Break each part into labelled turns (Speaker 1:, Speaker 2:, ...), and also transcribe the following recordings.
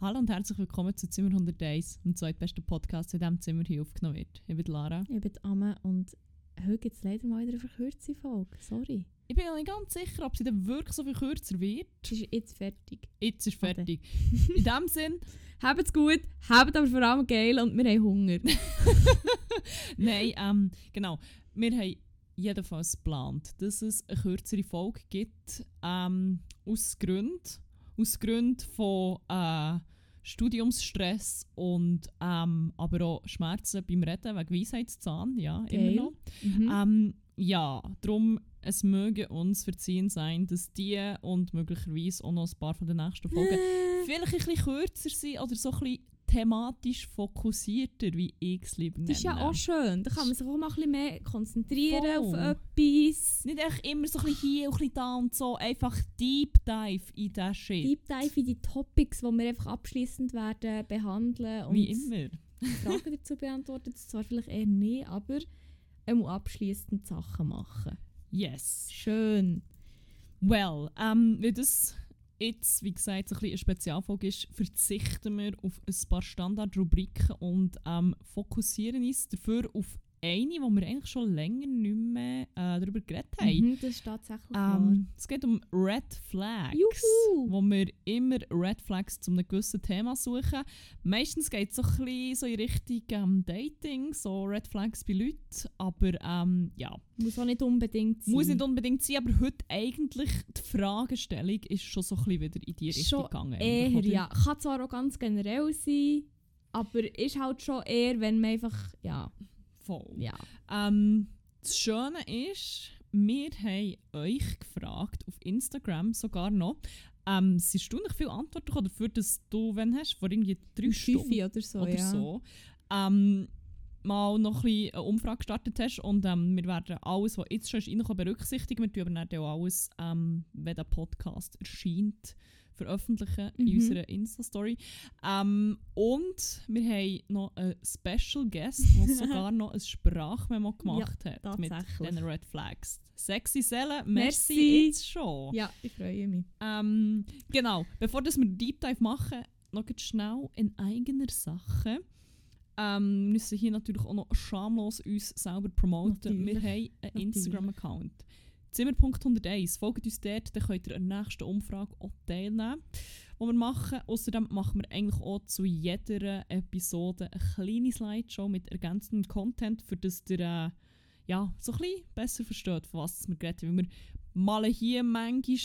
Speaker 1: Hallo und herzlich willkommen zu Zimmer 101, dem zweitbesten Podcast, der in diesem Zimmer hier aufgenommen wird. Ich bin Lara.
Speaker 2: Ich bin Amme und heute gibt es leider mal wieder eine verkürzte Folge. Sorry.
Speaker 1: Ich bin noch nicht ganz sicher, ob sie dann wirklich so viel kürzer wird.
Speaker 2: Es ist jetzt fertig.
Speaker 1: Jetzt ist fertig. In dem Sinn,
Speaker 2: Habt's gut, habt aber vor allem geil und wir haben Hunger.
Speaker 1: nein, ähm, genau. Wir haben jedenfalls geplant, dass es eine kürzere Folge gibt. Ähm, aus Gründen. Aus Gründen von äh, Studiumsstress und ähm, aber auch Schmerzen beim Reden wegen Weisheitszahn. Ja,
Speaker 2: Geil.
Speaker 1: immer noch.
Speaker 2: Mhm.
Speaker 1: Ähm, ja, darum, es möge uns verziehen sein, dass die und möglicherweise auch noch ein paar von den
Speaker 2: Äh,
Speaker 1: nächsten Folgen vielleicht ein bisschen kürzer sind oder so ein bisschen thematisch fokussierter, wie ich es lieber nenne.
Speaker 2: das ist ja auch schön. Da kann man sich auch mal ein bisschen mehr konzentrieren
Speaker 1: Voll.
Speaker 2: auf etwas.
Speaker 1: Nicht echt immer so ein bisschen hier und ein bisschen da und so, einfach Deep Dive in diesen Shit.
Speaker 2: Deep Dive in die Topics, die wir einfach abschließend werden behandeln und
Speaker 1: wie immer.
Speaker 2: Fragen dazu beantworten. Das zwar vielleicht eher nicht, aber einmal abschließend Sachen machen.
Speaker 1: Yes.
Speaker 2: Schön.
Speaker 1: Well, ähm, wie das jetzt, wie gesagt, so ein bisschen eine Spezialfolge ist, verzichten wir auf ein paar Standardrubriken und ähm, fokussieren uns dafür auf eine, wo wir eigentlich schon länger nicht mehr äh, darüber geredet haben.
Speaker 2: Mhm, das ist tatsächlich wahr.
Speaker 1: Ähm, es geht um Red Flags,
Speaker 2: Juhu!
Speaker 1: wo wir immer Red Flags zu einem gewissen Thema suchen. Meistens geht es so ein bisschen so in Richtung ähm, Dating, so Red Flags bei Leuten, aber ähm, ja.
Speaker 2: Muss auch nicht unbedingt sein.
Speaker 1: Muss nicht unbedingt sein, aber heute eigentlich die Fragestellung ist schon so ein bisschen wieder in die Richtung
Speaker 2: Schon
Speaker 1: gegangen.
Speaker 2: Eher,
Speaker 1: oder?
Speaker 2: ja. Kann zwar auch ganz generell sein, aber ist halt schon eher, wenn man einfach, ja,
Speaker 1: Voll.
Speaker 2: ja.
Speaker 1: Ähm, das Schöne ist, wir haben euch gefragt, auf Instagram sogar noch. Ähm, es sind erstaunlich viele Antworten gekommen dafür, dass du, wenn hast, vor irgendwie drei Stunden
Speaker 2: Fünfe oder so,
Speaker 1: oder
Speaker 2: ja.
Speaker 1: so, ähm, mal noch ein bisschen eine Umfrage gestartet hast und ähm, wir werden alles, was jetzt schon ist, reingekommen, berücksichtigen. Wir tun aber dann auch alles, ähm, wenn der Podcast erscheint, veröffentlichen in
Speaker 2: Mhm.
Speaker 1: unserer Insta-Story. Ähm, und wir haben noch einen Special Guest, der sogar noch ein Sprachmemo gemacht hat mit
Speaker 2: tatsächlich.
Speaker 1: den Red Flags. Sexy Sellen, merci,
Speaker 2: Merci.
Speaker 1: jetzt schon.
Speaker 2: Ja, ich freue mich.
Speaker 1: Ähm, genau, bevor das wir den Deep Dive machen, noch ganz schnell in eigener Sache. Ähm, wir müssen hier natürlich auch noch schamlos uns selber promoten. Wir
Speaker 2: Natürlich.
Speaker 1: haben einen Instagram-Account. Zimmer.101, folgt uns dort, dann könnt ihr an der nächsten Umfrage auch teilnehmen, die wir machen. Außerdem machen wir eigentlich auch zu jeder Episode eine kleine Slideshow mit ergänzendem Content, für das ihr äh, ja, so ein bisschen besser versteht, von was wir geredet haben. Weil wir malen hier manchmal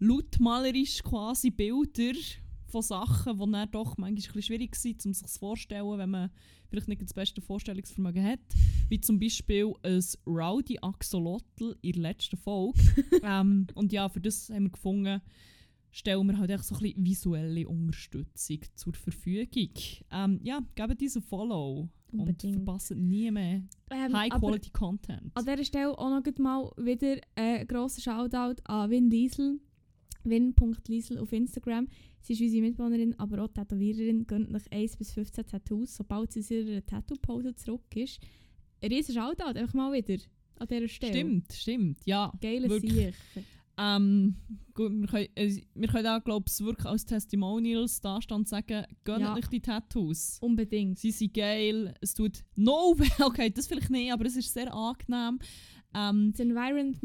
Speaker 1: lautmalerisch quasi Bilder von Sachen, die dann doch manchmal ein bisschen schwierig sind, um sich das vorstellen, wenn man vielleicht nicht das beste Vorstellungsvermögen hat. Wie zum Beispiel ein Rowdy Axolotl in der letzten Folge. ähm, und ja, für das haben wir gefunden, stellen wir halt echt so ein bisschen visuelle Unterstützung zur Verfügung. Ähm, ja, gebt uns ein Follow und
Speaker 2: Unbedingt.
Speaker 1: verpasst nie mehr
Speaker 2: Ähm, aber
Speaker 1: High-Quality Content.
Speaker 2: an dieser Stelle auch noch gleich mal wieder einen grossen Shoutout an Win Liesel. Win.Liesel auf Instagram. Sie ist unsere Mitbewohnerin, aber auch Tätowiererin. Gönnt nach 1 bis 15 Tattoos, sobald sie aus ihrer Tattoo-Pause zurück ist. Ein riesen Shoutout, einfach mal wieder an dieser Stelle.
Speaker 1: Stimmt, stimmt, ja.
Speaker 2: Geiler
Speaker 1: Wirklich.
Speaker 2: Sieg.
Speaker 1: Ähm, gut, wir können, äh, wir können auch, glaube ich, wirklich als Testimonials dastehen und sagen, gönnt
Speaker 2: Ja.
Speaker 1: euch die Tattoos.
Speaker 2: Unbedingt.
Speaker 1: Sie sind geil, es tut no well, okay, das vielleicht nicht, aber es ist sehr angenehm. Ähm,
Speaker 2: Das Environment,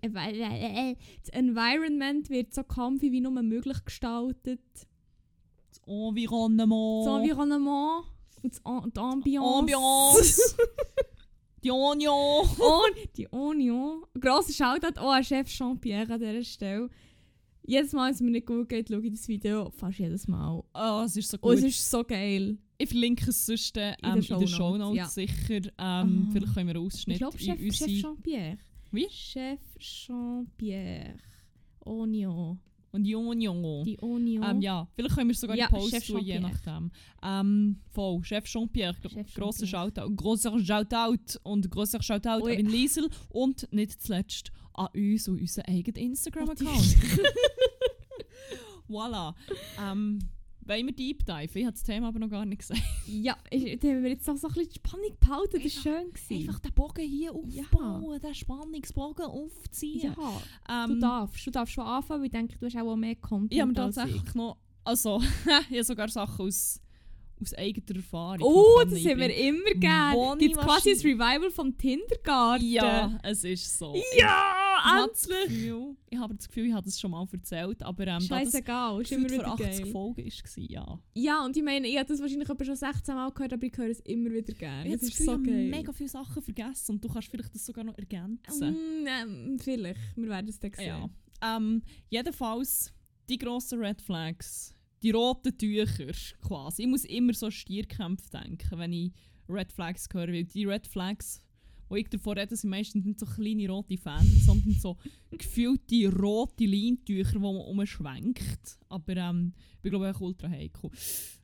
Speaker 2: äh, äh, äh, das Environment wird so comfy wie nur möglich gestaltet.
Speaker 1: das Environnement.
Speaker 2: Das Environnement und das En- und die Ambiance.
Speaker 1: Ambiance. die Onion.
Speaker 2: Und die Union. Grosser Shoutout auch an Chef Jean-Pierre an dieser Stelle. Jedes Mal, wenn es mir nicht gut geht, schaue ich das Video fast jedes Mal.
Speaker 1: Oh, es ist so
Speaker 2: Und
Speaker 1: gut.
Speaker 2: es ist so geil.
Speaker 1: ich verlinke es sonst äh,
Speaker 2: der
Speaker 1: ähm, in den
Speaker 2: Shownotes,
Speaker 1: Show Notes
Speaker 2: ja.
Speaker 1: sicher. Ähm,
Speaker 2: Ah.
Speaker 1: Vielleicht können wir einen
Speaker 2: Ich
Speaker 1: Ausschnitt
Speaker 2: glaube,
Speaker 1: in
Speaker 2: Chef, Chef
Speaker 1: unsere-
Speaker 2: Jean-Pierre.
Speaker 1: Wie?
Speaker 2: Chef Jean-Pierre. Union.
Speaker 1: Und die Onion.
Speaker 2: Die Union.
Speaker 1: Ähm, ja, vielleicht können wir es sogar
Speaker 2: Ja,
Speaker 1: in Post
Speaker 2: Chef
Speaker 1: tun, je
Speaker 2: Jean-Pierre.
Speaker 1: nachdem. Ähm, voll, Chef Jean-Pierre, gro-
Speaker 2: Chef
Speaker 1: grosser
Speaker 2: Jean-Pierre.
Speaker 1: Shoutout, grosser Shoutout und grosser Shoutout
Speaker 2: Ui.
Speaker 1: an Liesel und nicht zuletzt an uns und unseren eigenen Instagram-Account. voilà. Ähm, wollen wir Deep Dive? Ich habe das Thema aber noch gar nicht gesagt.
Speaker 2: Ja, ich, da haben wir jetzt noch so ein bisschen die Spannung behalten, das war schön. Gewesen.
Speaker 1: Einfach den Bogen hier aufbauen,
Speaker 2: aufbauen,
Speaker 1: den Spannungsbogen aufziehen.
Speaker 2: ja,
Speaker 1: Ähm,
Speaker 2: du darfst. Du darfst schon anfangen, weil ich denke, du hast auch mehr Content
Speaker 1: ich habe mir
Speaker 2: als ich.
Speaker 1: tatsächlich noch Also, ich habe sogar Sachen aus, aus eigener Erfahrung.
Speaker 2: Oh,
Speaker 1: noch
Speaker 2: das haben wir
Speaker 1: einbringen.
Speaker 2: immer gern.
Speaker 1: Bonnie
Speaker 2: Gibt es quasi ein
Speaker 1: Maschine.
Speaker 2: Revival vom Kindergarten?
Speaker 1: Ja, es ist so.
Speaker 2: Ja,
Speaker 1: Ich habe das Gefühl- Ich habe das Gefühl, ich habe das schon mal erzählt, aber ähm, da das
Speaker 2: Scheißegal, ist immer
Speaker 1: gefühlt vor
Speaker 2: wieder
Speaker 1: 80
Speaker 2: geil.
Speaker 1: Folgen war, ja.
Speaker 2: Ja, und ich meine, ich habe das wahrscheinlich etwa schon 16 Mal gehört, aber ich höre es immer wieder gerne.
Speaker 1: Ich habe
Speaker 2: Das
Speaker 1: das
Speaker 2: ist
Speaker 1: Gefühl,
Speaker 2: so
Speaker 1: ich habe
Speaker 2: geil.
Speaker 1: mega viele Sachen vergessen und du kannst vielleicht das sogar noch ergänzen.
Speaker 2: Mm, ähm, vielleicht, wir werden es dann sehen.
Speaker 1: Ja. Ähm, jedenfalls, die grossen Red Flags, die roten Tücher quasi. Ich muss immer so an Stierkämpfe denken, wenn ich Red Flags höre, weil die Red Flags, wo ich davon rede, sind meistens nicht so kleine rote Fans, sondern so gefühlte rote Leintücher, die man umschwenkt. Aber ähm, ich bin glaube ich auch ultra heikel.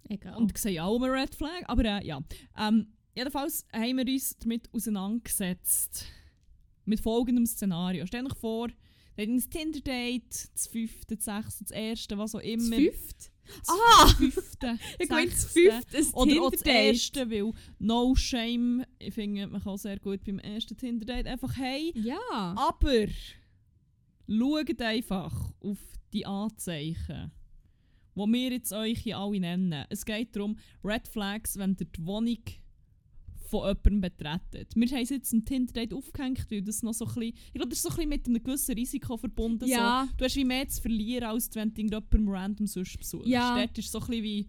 Speaker 2: Egal.
Speaker 1: Und ich sehe auch immer Red Flag, aber äh, ja. Ähm, jedenfalls haben wir uns damit auseinandergesetzt. Mit folgendem Szenario. Stell dir vor, ihr habt ein Tinder-Date, das fünfte, das sechste, das erste, was auch
Speaker 2: das
Speaker 1: immer.
Speaker 2: fünfte?
Speaker 1: Das
Speaker 2: Ah!
Speaker 1: fünfte,
Speaker 2: Ich meine, das
Speaker 1: sechste.
Speaker 2: fünfte ist
Speaker 1: Oder auch das
Speaker 2: Tinder-Date.
Speaker 1: erste, weil No Shame, ich finde, man kann sehr gut beim ersten Tinder-Date einfach hey.
Speaker 2: Ja.
Speaker 1: Aber schaut einfach auf die Anzeichen, die wir jetzt euch hier alle nennen. Es geht darum, Red Flags, wenn ihr die Wohnung von jemandem betretet. Wir haben es jetzt im Tinder-Date aufgehängt, weil das noch so ein bisschen, ich glaube, das ist so ein bisschen mit einem gewissen Risiko verbunden.
Speaker 2: ja.
Speaker 1: So. Du hast wie mehr zu verlieren, als wenn du irgendjemandem random sonst besuchst.
Speaker 2: Ja.
Speaker 1: Dort ist es so ein bisschen wie,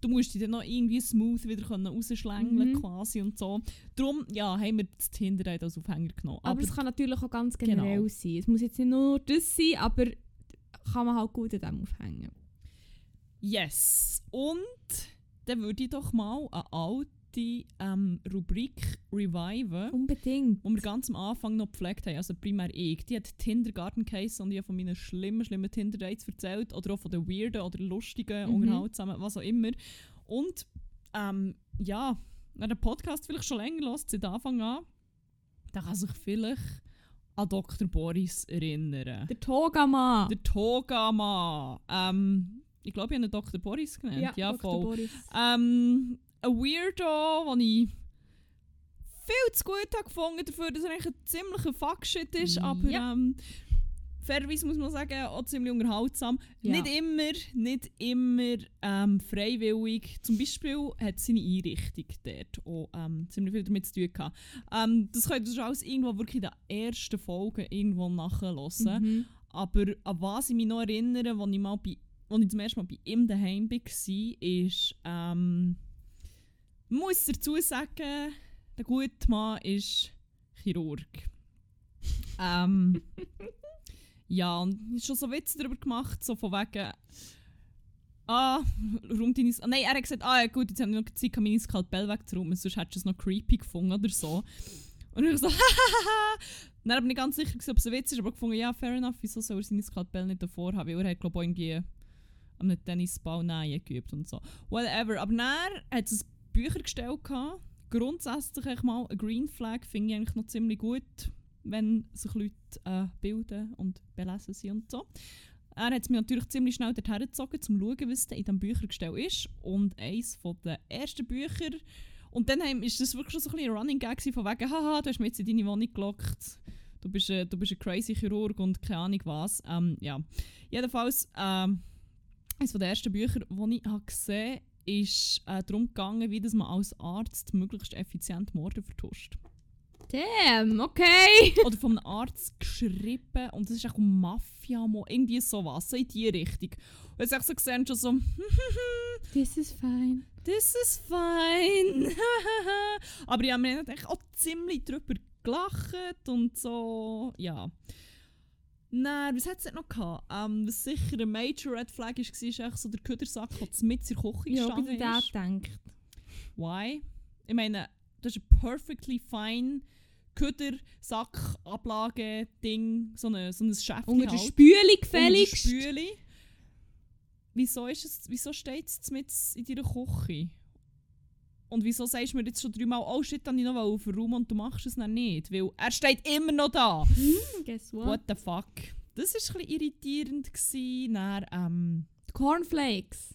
Speaker 1: du musst dich dann noch irgendwie smooth wieder können rausschlängeln
Speaker 2: Mhm.
Speaker 1: quasi und so. Darum, ja, haben wir das Tinder-Date als Aufhänger genommen.
Speaker 2: Aber, es kann natürlich auch ganz
Speaker 1: Genau.
Speaker 2: generell sein. Es muss jetzt nicht nur das sein, aber kann man halt gut an dem aufhängen.
Speaker 1: Yes. Und dann würde ich doch mal eine alte ähm, Rubrik reviven,
Speaker 2: Unbedingt.
Speaker 1: die wir ganz am Anfang noch gepflegt haben. Also primär ich. Die hat Kindergarten Case und ich habe von meinen schlimmen, schlimmen Tinder-Dates erzählt. Oder auch von den weirden oder lustigen,
Speaker 2: Mhm.
Speaker 1: unterhaltsamen, was auch immer. Und ähm, ja, wenn der Podcast vielleicht schon länger hört, seit Anfang an, dann kann sich vielleicht an Dr. Boris erinnern.
Speaker 2: Der Togama.
Speaker 1: Der Togama. Ähm, ich glaube, ich habe ihn Dr. Boris genannt. Ja,
Speaker 2: Dr.
Speaker 1: voll.
Speaker 2: Boris.
Speaker 1: Ähm, ein Weirdo, den ich viel zu gut habe gefunden dafür, dass er eigentlich ein ziemlicher Fuckshit ist, aber
Speaker 2: Ja.
Speaker 1: ähm, fairerweise muss man sagen, auch ziemlich unterhaltsam.
Speaker 2: Ja.
Speaker 1: Nicht immer, nicht immer ähm, freiwillig. Zum Beispiel hat seine Einrichtung dort auch ähm, ziemlich viel damit zu tun gehabt. Ähm, das könnt ihr schon alles irgendwo wirklich in der ersten Folge irgendwo nachhören.
Speaker 2: Mhm.
Speaker 1: Aber an was ich mich noch erinnere, als ich, mal bei, als ich zum ersten Mal bei ihm daheim war, ist, ähm, muss dazu sagen, der gute Mann ist Chirurg. Ähm, ja, und ich habe schon so Witze darüber gemacht, so von wegen, ah, räum deine... Ah, Nein, er hat gesagt, ah ja gut, jetzt habe ich noch Zeit, meine Skalpell wegzuräumen, sonst hättest du es noch creepy gefunden oder so. Und ich so, hahaha. Dann bin ich ganz sicher, gewesen, ob es ein Witz ist, aber gefunden, ja, fair enough, wieso soll er seine Skalpell nicht davor haben? Weil er hat, glaube ich, irgendwie an einem Tennisball nähen geübt und so. Whatever. Aber dann hat es ein Büchergestell gehabt. Grundsätzlich eigentlich mal eine Green Flag finde ich eigentlich noch ziemlich gut, wenn sich Leute äh, bilden und belesen sind und so. Er hat mich natürlich ziemlich schnell dorthin gezogen, um zu schauen, was da in diesem Büchergestell ist. Und eines der ersten Bücher. Und dann haben- ist das wirklich schon so ein bisschen ein Running Gag gewesen, von wegen, haha, du hast mich jetzt in deine Wohnung gelockt. Du bist, ein- du bist ein crazy Chirurg und keine Ahnung was. Ähm, ja. Jedenfalls, ähm, eines der ersten Bücher, die ich habe gesehen habe, ist äh, darum gegangen, wie dass man als Arzt möglichst effizient Morde vertuscht.
Speaker 2: Damn, okay.
Speaker 1: Oder von einem Arzt geschrieben und das ist auch um Mafia, Mo- irgendwie sowas, so in die Richtung. Und jetzt habe ich so gesehen, schon so,
Speaker 2: This is fine.
Speaker 1: This is fine. Aber ja, wir haben eigentlich auch ziemlich drüber gelacht und so, ja. Nein, was hat es noch gehabt? Ähm, was sicher ein Major Red Flag war, ist eigentlich so der Ködersack, der mit zur Küche
Speaker 2: Ich habe
Speaker 1: gestanden
Speaker 2: gerade an
Speaker 1: ist.
Speaker 2: den gedacht.
Speaker 1: Why? Ich meine, das ist ein perfectly fine Köder, Sack, Ablage, Ding, so, eine, so ein halt. Chef.
Speaker 2: Unter der Spülung gefälligst.
Speaker 1: Spüli. Wieso, ist es, wieso steht es mit in deiner Küche? Und wieso sagst du mir jetzt schon dreimal, oh shit, dann ich noch auf den Raum und du machst es dann nicht? Weil er steht immer noch da.
Speaker 2: Hm, Guess what?
Speaker 1: What the fuck? Das war ein bisschen irritierend. Gewesen. Dann, ähm,
Speaker 2: Die Cornflakes.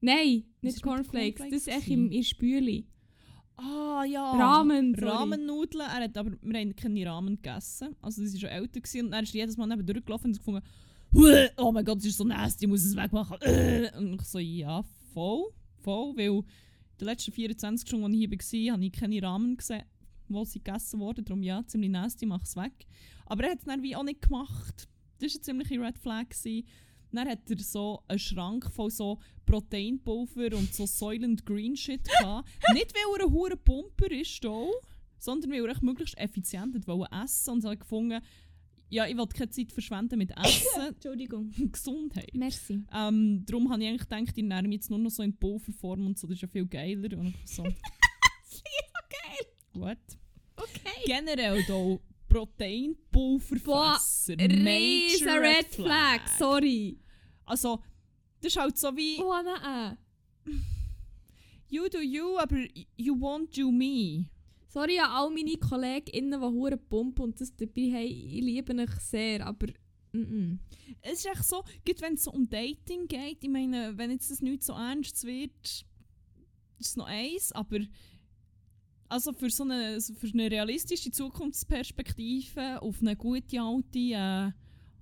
Speaker 2: Nein,
Speaker 1: Was
Speaker 2: nicht
Speaker 1: ist mit den
Speaker 2: Cornflakes.
Speaker 1: Cornflakes
Speaker 2: Das ist echt
Speaker 1: gewesen?
Speaker 2: im in der Spüle.
Speaker 1: ah ja.
Speaker 2: Ramen. sorry.
Speaker 1: Rahmennudeln. Er hat aber wir haben keine Ramen gegessen. Also das war schon älter. Gewesen. Und er ist jedes Mal neben durchgelaufen und hat gefunden, «Huah, oh mein Gott, das ist so nasty, ich muss es wegmachen. Äh. Und ich so, ja, voll, voll, weil die letzten 24 Stunden, als ich hier war, habe ich keine Rahmen gesehen, wo sie gegessen wurden. Darum ja, ziemlich nasty, mach es weg. Aber er hat es dann wie auch nicht gemacht. Das war eine ziemliche Red Flag. Gewesen. Dann hat er so einen Schrank voll so Proteinpulver und so Soylent Green Shit gehabt. nicht, weil er ein hoher Pumper ist, auch, sondern weil er echt möglichst effizient hat wollen essen und so hat gefunden, ja, ich will keine Zeit verschwenden mit Essen,
Speaker 2: Entschuldigung.
Speaker 1: Gesundheit.
Speaker 2: Merci.
Speaker 1: Ähm, darum habe ich eigentlich gedacht, ich nehme jetzt nur noch so in Pulverform und so, das ist ja viel geiler. Und ich so, what?
Speaker 2: Okay.
Speaker 1: Generell hier Proteinpulverfresser.
Speaker 2: Riesen
Speaker 1: major
Speaker 2: Red Flag, sorry.
Speaker 1: Also, das ist halt so wie,
Speaker 2: Oh nein.
Speaker 1: you do you, aber you won't do me.
Speaker 2: Sorry an all meine KollegInnen, die hure Pumpen und das dabei haben. Ich liebe euch sehr, aber... Mm
Speaker 1: Es ist echt so, gerade wenn es so um Dating geht, ich meine, wenn jetzt das nicht so ernst wird, ist es noch eins, aber also für so eine, so für eine realistische Zukunftsperspektive auf eine gute alte äh,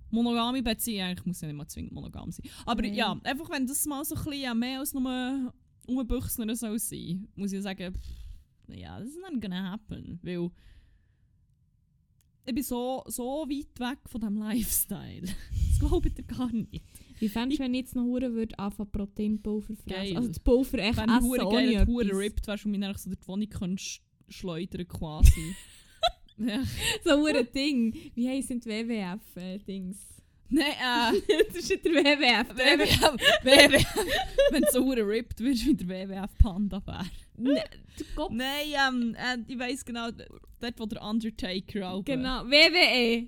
Speaker 1: monogame Beziehung, eigentlich muss ja nicht mal zwingend monogam sein, aber
Speaker 2: Nein.
Speaker 1: ja, einfach wenn das mal so ein bisschen äh, mehr als nur umbüchsner soll sein, muss ich sagen, pff, ja, das ist not gonna happen, weil ich bin so, so weit weg von diesem Lifestyle. Das glaubt ihr gar nicht.
Speaker 2: Wie fändest du, wenn ich jetzt noch hure würde anfangen Proteinpulver
Speaker 1: Geil.
Speaker 2: fressen? Also das Pulver echt
Speaker 1: Wenn ich
Speaker 2: essen
Speaker 1: hure
Speaker 2: ohne
Speaker 1: geil und hure
Speaker 2: etwas.
Speaker 1: ripped wärst und mich dann so durch die Wohnung könntest schleudern quasi. ja.
Speaker 2: So hure Ding. Wie heissen die eh, WWF-Dings? Ah.
Speaker 1: Nein, äh,
Speaker 2: das ist ja der WWF.
Speaker 1: WWF, WWF. Wenn du so hure ripped wirst wie der WWF Panda wär.
Speaker 2: Der Kopf.
Speaker 1: Nein, ähm, äh, ich weiss genau, dort wo der Undertaker auch
Speaker 2: Genau. WWE. E.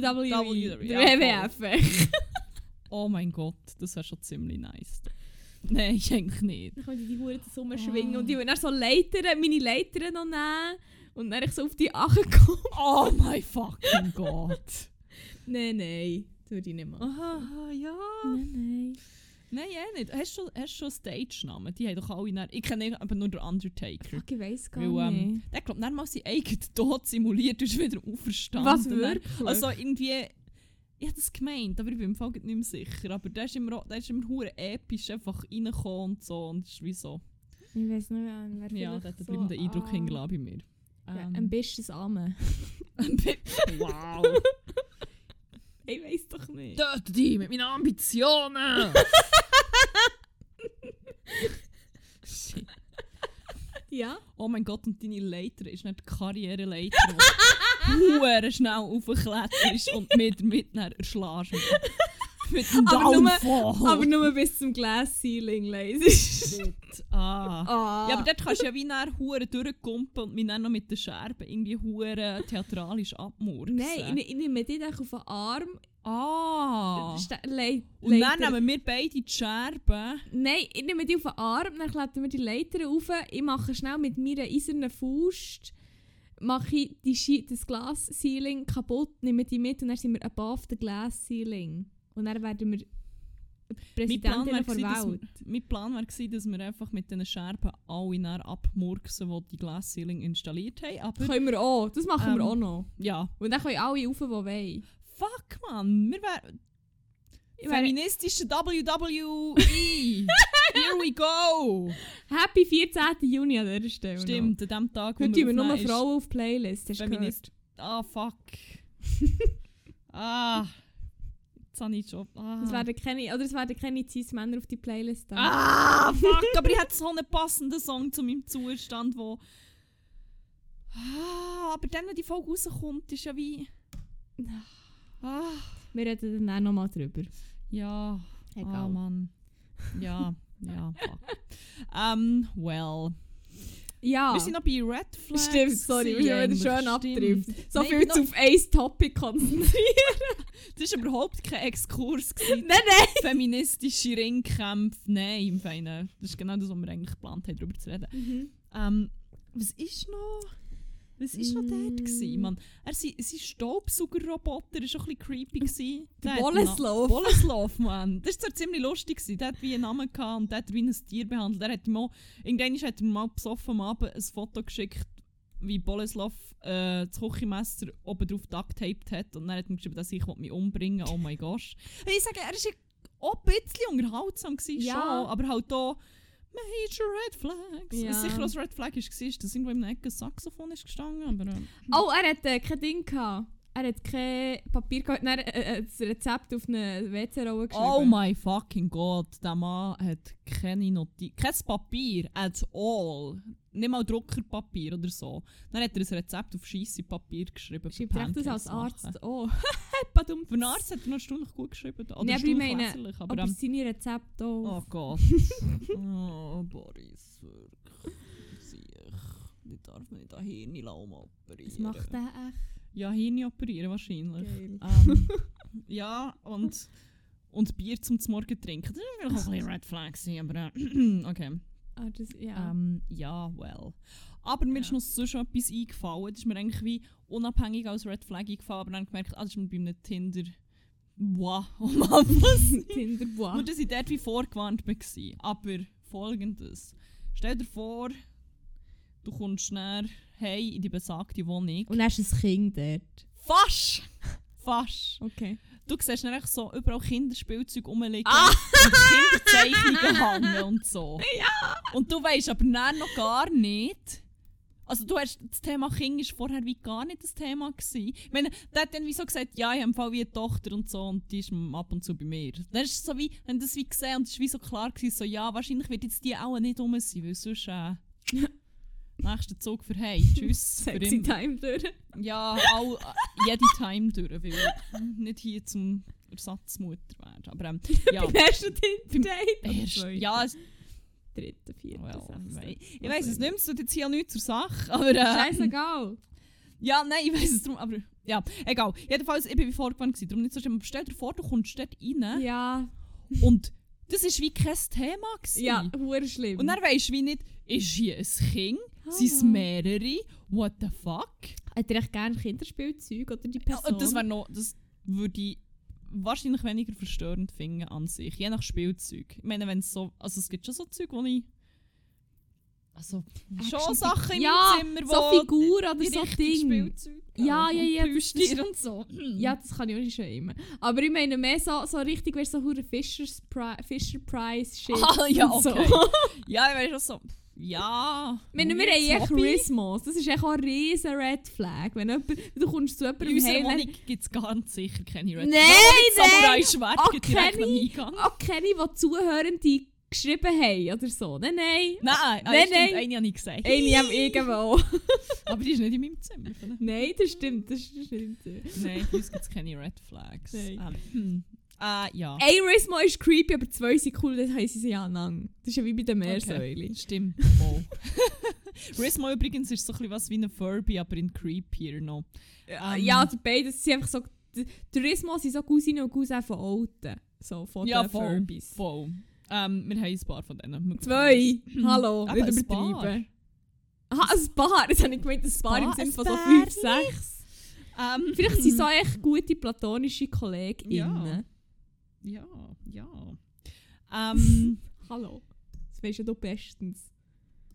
Speaker 2: WWE.
Speaker 1: WWE,
Speaker 2: Der
Speaker 1: ja,
Speaker 2: WWF.
Speaker 1: Oh mein Gott, das wär schon ziemlich nice. Nein, ist eigentlich nicht.
Speaker 2: Dann könnte ich die Hure
Speaker 1: Ah.
Speaker 2: zusammen schwingen und ich würde dann so Leitern, meine Leitern noch nehmen und dann ich so auf die Ache kommen.
Speaker 1: Oh mein fucking Gott.
Speaker 2: Nein, nein, das würde ich nicht machen.
Speaker 1: Aha, ja.
Speaker 2: Nein, nein.
Speaker 1: Nein, eh nicht. Hast du, hast du schon Stage-Namen? Die haben doch alle... dann- Ich kenne aber nur den Undertaker.
Speaker 2: Fuck, ich weiss gar
Speaker 1: Weil, ähm,
Speaker 2: nicht.
Speaker 1: der glaubt, dann mal seinen eigenen Tod simuliert, ist wieder auferstanden.
Speaker 2: Was
Speaker 1: Und dann-
Speaker 2: wirklich?
Speaker 1: Also irgendwie, ich habe das gemeint, aber ich bin im Fall grad nicht mehr sicher. Aber der ist immer, auch- der ist immer hure episch einfach reingekommen und so. Und das ist wie so.
Speaker 2: ich weiss nicht, wer wer
Speaker 1: Ja, der hat
Speaker 2: vielleicht
Speaker 1: einen
Speaker 2: so,
Speaker 1: bleibenden Eindruck
Speaker 2: ah,
Speaker 1: hingelassen bei mir.
Speaker 2: ja,
Speaker 1: Ähm,
Speaker 2: Ein bisschen das Arme.
Speaker 1: ein bi- wow!
Speaker 2: Ich weiss doch nicht.
Speaker 1: Töte dich mit meinen Ambitionen! Shit.
Speaker 2: Ja?
Speaker 1: Oh mein Gott, und deine Leiter ist nicht die Karriereleiter, die hure schnell aufkletterst und mit mit einer erschlägst. Mit dem
Speaker 2: Aber nur-
Speaker 1: Downfall.
Speaker 2: Aber nur bis zum Glass-Ceiling, leise.
Speaker 1: Shit. ah.
Speaker 2: Ah.
Speaker 1: Ja, aber dort kannst du ja wie nachher hure durchkumpen und mich dann noch mit den Scherben irgendwie hure eh, theatralisch abmurksen.
Speaker 2: Nein, ich, ich nehme dich einfach auf den Arm.
Speaker 1: Ah.
Speaker 2: Ste- Leit-
Speaker 1: Und dann
Speaker 2: Leiter-
Speaker 1: nehmen wir beide die Scherben.
Speaker 2: Nein, ich nehme die auf den Arm, dann klettern wir die Leiter rauf. Ich mache schnell mit meiner eisernen Faust mache ich die Schi- das Glas-Ceiling kaputt, nehme die mit und dann sind wir above the Glass-Ceiling. Und dann werden wir Präsidentin
Speaker 1: wär
Speaker 2: der
Speaker 1: gewesen, dass
Speaker 2: Welt.
Speaker 1: wir- mein dus Plan dus war, dass wir einfach mit diesen Scherben alle nachher abmurksen, die die Glass Ceiling installiert haben. Aber
Speaker 2: Können wir auch, das machen
Speaker 1: Ähm.
Speaker 2: wir auch noch.
Speaker 1: Ah, ja.
Speaker 2: Und dann können alle rauf, die wollen.
Speaker 1: Fuck, man. Wir wären.
Speaker 2: Ich wär-
Speaker 1: Feministische WWE! Here we go!
Speaker 2: Happy 14. Juni an dieser Stelle. noch.
Speaker 1: Stimmt, an dem Tag,
Speaker 2: Heute tun wir nur
Speaker 1: aufnehmen, ist
Speaker 2: Frauen auf die Playlist, dus hast du
Speaker 1: Feminist.
Speaker 2: gehört?
Speaker 1: Ah, fuck. ah. Jetzt habe ich schon. Ah.
Speaker 2: Es werden keine, oder es werden keine Cis-Männer auf die Playlist da.
Speaker 1: ah, fuck. Aber ich hatte so einen passenden Song zu meinem Zustand, wo. Ah, aber dann, wenn die Folge rauskommt, ist ja wie. Ah.
Speaker 2: Wir reden dann auch nochmal drüber.
Speaker 1: Ja. Ah, Mann. Ja, ja, fuck. Ähm, well.
Speaker 2: Ja.
Speaker 1: Wir sind noch bei Red Flags.
Speaker 2: Ah. Stimmt, sorry, wir haben
Speaker 1: eigentlich,
Speaker 2: schön
Speaker 1: stimmt.
Speaker 2: abgetrifft. So
Speaker 1: Nein, ich
Speaker 2: viel
Speaker 1: bin
Speaker 2: zu auf ein Topic konzentrieren.
Speaker 1: Das war überhaupt kein Exkurs. gewesen.
Speaker 2: nein, nein!
Speaker 1: Feministische Ringkämpfe, nein, im Feinen. Das ist genau das, was wir eigentlich geplant haben, darüber zu reden.
Speaker 2: Mhm.
Speaker 1: Ähm, was ist noch... Was war noch
Speaker 2: Mm.
Speaker 1: dort? Gewesen, Mann? Er, sein, sein Staubsaugerroboter war schon ein bisschen creepy. Gewesen. Der
Speaker 2: Der
Speaker 1: hat einen
Speaker 2: Boleslauf.
Speaker 1: Boleslav, Mann. Das war zwar ziemlich lustig. Gewesen. Der hat wie einen Namen gehabt und der hat ihn wie ein Tier behandelt. Er hat ihm auch, irgendwann hat er mal besoffen am Abend ein Foto geschickt, wie Boleslav äh, das Küchenmesser oben drauf ducktaped hat und dann hat er geschrieben, dass ich will mich umbringen oh mein Gott. Ich sage, er war auch ein bisschen unterhaltsam, gewesen,
Speaker 2: Ja.
Speaker 1: schon, aber halt auch Major Red Flags.
Speaker 2: Ja.
Speaker 1: Was sicher als Red Flag war, ist, dass irgendwo im Ecken ein Saxophon ist gestanden, aber... Äh,
Speaker 2: Oh, er hat äh, kein Ding gehabt. Er hat kein Papier gehabt. Nein, Er äh, äh, das Rezept auf eine WC-Rolle geschrieben.
Speaker 1: Oh my fucking Gott, der Mann hat keine Notiz, kein Papier, at all. Nicht mal Druckerpapier oder so. Dann hat er ein Rezept auf scheisse Papier geschrieben. für
Speaker 2: Schreibt recht das
Speaker 1: Pancakes
Speaker 2: als Arzt
Speaker 1: machen.
Speaker 2: auch.
Speaker 1: Badum. Für einen Arzt hat er noch erstaunlich gut geschrieben. Oder
Speaker 2: Nee, aber ich meine,
Speaker 1: erstaunlich aber,
Speaker 2: Aber
Speaker 1: ähm,
Speaker 2: seine Rezepte auch.
Speaker 1: Oh Gott. oh, Boris, wirklich. Siech. Die darf man nicht an Hirn operieren.
Speaker 2: Das macht er echt
Speaker 1: Ja, Hirn operieren wahrscheinlich.
Speaker 2: geil.
Speaker 1: Ähm, ja, und, und Bier zum Morgen trinken. Das ist vielleicht auch ein bisschen Red Flag, gewesen, aber äh, okay.
Speaker 2: Ah, das, ja.
Speaker 1: Ähm, ja, well. Aber mir ist
Speaker 2: Ja.
Speaker 1: noch sonst etwas eingefallen. Das ist mir eigentlich wie unabhängig als Red Flag eingefallen, aber dann gemerkt, ah, das ist mir bei einem Tinder. Wow, oh Mann, was?
Speaker 2: Tinder,
Speaker 1: Nur,
Speaker 2: boah.
Speaker 1: dass ich dort wie vorgewarnt war. Aber folgendes. Stell dir vor, du kommst näher hey in die besagte Wohnung.
Speaker 2: Und dann ist ein Kind dort.
Speaker 1: Fasch! Fasch!
Speaker 2: Okay.
Speaker 1: Du siehst dann echt so überall Kinderspielzeug rumliegen und Kinderzeichnungen hängen und so. Und du weißt aber dann noch gar nicht. Also du hast das Thema Kind ist vorher wie gar nicht das Thema gewesen. Ich meine, der hat dann wie so gesagt, ja, ich habe im Fall wie eine Tochter und so und die ist ab und zu bei mir. Dann ist es so wie, wenn das wie gesehen und es ist wie so klar gewesen, so ja, wahrscheinlich wird jetzt die auch nicht rum sein, weil sonst äh, nächster Zug für hey, tschüss, für
Speaker 2: Sexy Time durch.
Speaker 1: ja, all, jede Time durch, weil nicht hier zum Ersatzmutter werden. Aber ähm, ja,
Speaker 2: Beim ersten Tinder-Date. Oder
Speaker 1: erst,
Speaker 2: zweiten,
Speaker 1: ja, es,
Speaker 2: Dritten, vierten,
Speaker 1: well,
Speaker 2: sechsten.
Speaker 1: wei- ich weiß es nicht, mehr, es tut jetzt hier nichts zur Sache, aber äh,
Speaker 2: Scheißegal.
Speaker 1: ja, nein, ich weiß es drum, aber ja, egal. Jedenfalls, ich bin wie vorgewandt gewesen, darum nicht so schlimm. Aber Stell dir vor, du kommst dort rein
Speaker 2: Ja.
Speaker 1: und das ist wie kein Thema gewesen.
Speaker 2: Ja, hure schlimm.
Speaker 1: Und dann weisst du wie nicht, ist hier ein Kind, sind es
Speaker 2: Ah.
Speaker 1: mehrere, what the fuck?
Speaker 2: Hat er echt gerne Kinderspielzeug oder die
Speaker 1: Ja,
Speaker 2: Person?
Speaker 1: Und das wäre noch, das würde ich wahrscheinlich weniger verstörend finden an sich, je nach Spielzeug. Ich meine, wenn es so, also es gibt schon so Zeug, wo ich, also schon
Speaker 2: Action-
Speaker 1: Sachen im
Speaker 2: ja,
Speaker 1: Zimmer, wo
Speaker 2: so Figur oder
Speaker 1: die
Speaker 2: so
Speaker 1: richtigen
Speaker 2: Ding.
Speaker 1: Spielzeug
Speaker 2: Ja,
Speaker 1: haben
Speaker 2: ja,
Speaker 1: und
Speaker 2: ja, das
Speaker 1: Plüschtiere
Speaker 2: ist-
Speaker 1: und so.
Speaker 2: Ja, das kann ich auch nicht schon immer. Aber ich meine mehr so, so richtig, weißt du, so hure Fischer's Pri- Fisher Price Shit.
Speaker 1: Ah, ja,
Speaker 2: und so.
Speaker 1: okay. ja, ich weiß schon so, ja.
Speaker 2: Ich meine, wir
Speaker 1: weirdes
Speaker 2: haben echt
Speaker 1: Hobby.
Speaker 2: Christmas. Das ist echt auch ein riesen Red Flag. Wenn jemand, du kommst zu
Speaker 1: In
Speaker 2: jemandem
Speaker 1: unserer
Speaker 2: und dann-
Speaker 1: Wohnung gibt es ganz sicher keine Red
Speaker 2: Nein, nein.
Speaker 1: Samurai-Schwert
Speaker 2: Oh,
Speaker 1: gibt direkt am
Speaker 2: keine.
Speaker 1: Eingang.
Speaker 2: auch keine, die Zuhörende geschrieben haben oder so. Nein, nein.
Speaker 1: Nein, nein,
Speaker 2: Nein,
Speaker 1: stimmt,
Speaker 2: nein.
Speaker 1: eine habe ich gesagt.
Speaker 2: Eine haben irgendwo.
Speaker 1: Aber die ist nicht in meinem Zimmer. vielleicht.
Speaker 2: nein, das stimmt, das stimmt. Ein
Speaker 1: Nein, bei uns gibt es keine Red Flags.
Speaker 2: Nein.
Speaker 1: Ähm, hm. Äh, ja.
Speaker 2: Eh, Rhythmo ist creepy, aber zwei sind cool, dann heißen sie ja lang. Das ist ja wie bei den Meersäulen.
Speaker 1: Stimmt. Wow. Rismo übrigens ist so ein bisschen was wie eine Furby, aber in creepier noch.
Speaker 2: Ja,
Speaker 1: Ähm.
Speaker 2: ja, also beides sind einfach so. D- Tourismus sind so Cousinen und Cousins von Alten. So von
Speaker 1: Ja,
Speaker 2: den
Speaker 1: voll.
Speaker 2: Furbys.
Speaker 1: Voll. Ähm, wir haben ein paar von denen. Wir-
Speaker 2: Zwei! Hallo,
Speaker 1: Aber
Speaker 2: nicht
Speaker 1: Mhm. ein Paar.
Speaker 2: übertreiben. Aha, ein Paar! Jetzt habe ich gemeint, ein Paar im
Speaker 1: Paar,
Speaker 2: Sinne
Speaker 1: ein
Speaker 2: von so
Speaker 1: Paar,
Speaker 2: 5, 6.
Speaker 1: Ähm,
Speaker 2: Vielleicht sind so echt gute platonische KollegInnen.
Speaker 1: Ja, ja. Ähm,
Speaker 2: Hallo. Das weisst ja du bestens.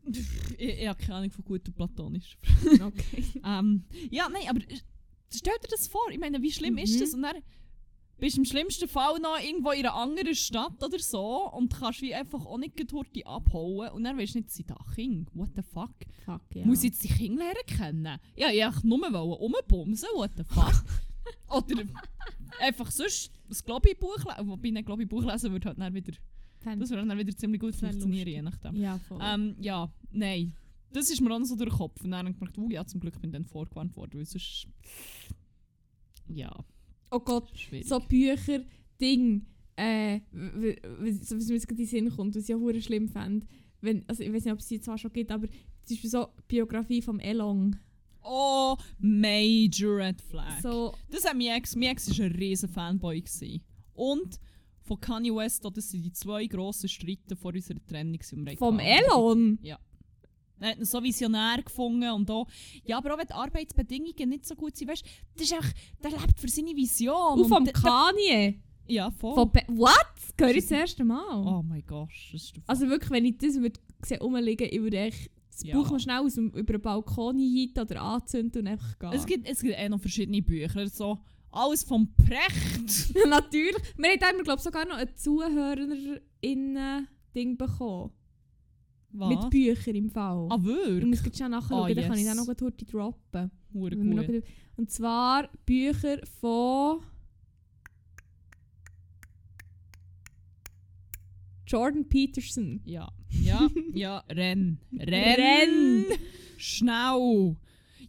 Speaker 1: ich, ich habe keine Ahnung von gutem Platonisch.
Speaker 2: Okay.
Speaker 1: Ähm, ja, nein, aber äh, stell dir das vor, ich meine, wie schlimm ist
Speaker 2: Mhm.
Speaker 1: das? Und dann bist du im schlimmsten Fall noch irgendwo in einer anderen Stadt oder so und kannst wie einfach auch nicht die Torte abhauen und dann weißt du nicht, sind da Kinder? What the fuck?
Speaker 2: Fuck, ja.
Speaker 1: Muss ich jetzt die Kinder lernen kennen? Ja, ich wollte nur wollen rumbumsen, what the fuck? oder einfach sonst ein Globi-Buch lesen, wobei ein Globi-Buch lesen würde halt dann wieder, das würde dann wieder ziemlich gut
Speaker 2: Das wär
Speaker 1: funktionieren,
Speaker 2: lustig.
Speaker 1: je nachdem.
Speaker 2: Ja, voll.
Speaker 1: Ähm, ja, nein. Das ist mir auch noch so durch den Kopf. Und dann habe ich gemerkt, oh ja, zum Glück bin ich dann vorgewarnt worden, weil sonst... Ja,
Speaker 2: oh Gott.
Speaker 1: schwierig.
Speaker 2: so Bücher, Ding, äh, w- w- was was mir jetzt gerade in den Sinn kommt, was ich auch hure schlimm fände. Wenn, also ich weiß nicht, ob es die zwar schon gibt, aber zum Beispiel so Biografie vom Elong.
Speaker 1: Oh, major red flag.
Speaker 2: So,
Speaker 1: Das hat mein Ex, mein Ex war ein riesen Fanboy. Gewesen. Und von Kanye West, auch, das waren die zwei grossen Streiten vor unserer Trennung. die wir
Speaker 2: vom
Speaker 1: hatten.
Speaker 2: Elon?
Speaker 1: Er hat ihn so visionär gefunden und auch, ja, aber auch wenn die Arbeitsbedingungen nicht so gut sind, weißt du, das ist echt, der lebt für seine Vision.
Speaker 2: Und vom
Speaker 1: der- der-
Speaker 2: Kanye?
Speaker 1: Ja, voll.
Speaker 2: Von Be What? Das höre ich
Speaker 1: Oh. Ist
Speaker 2: das erste Mal.
Speaker 1: oh mein Gott, das ist der
Speaker 2: Also wirklich, wenn ich das würde sehen, rumliegen, ich würde echt Das
Speaker 1: Ja.
Speaker 2: braucht man schnell aus dem, über den Balkon hinten oder anzünden und einfach gehen.
Speaker 1: Es gibt, es gibt eh noch verschiedene Bücher. So, alles vom Precht.
Speaker 2: Natürlich. Wir haben immer, glaube ich, sogar noch ein Zuhörerinnen-Ding bekommen. Mit Büchern im Fall.
Speaker 1: Ah,
Speaker 2: ich
Speaker 1: wirklich?
Speaker 2: muss jetzt schon nachschauen,
Speaker 1: Ah,
Speaker 2: dann kann ich
Speaker 1: yes.
Speaker 2: dann noch gut heute droppen.
Speaker 1: Hure
Speaker 2: Wenn wir noch
Speaker 1: gut.
Speaker 2: gut- Und zwar Bücher von Jordan Peterson.
Speaker 1: Ja, ja, ja, renn. Renn!
Speaker 2: Renn!
Speaker 1: Schnell!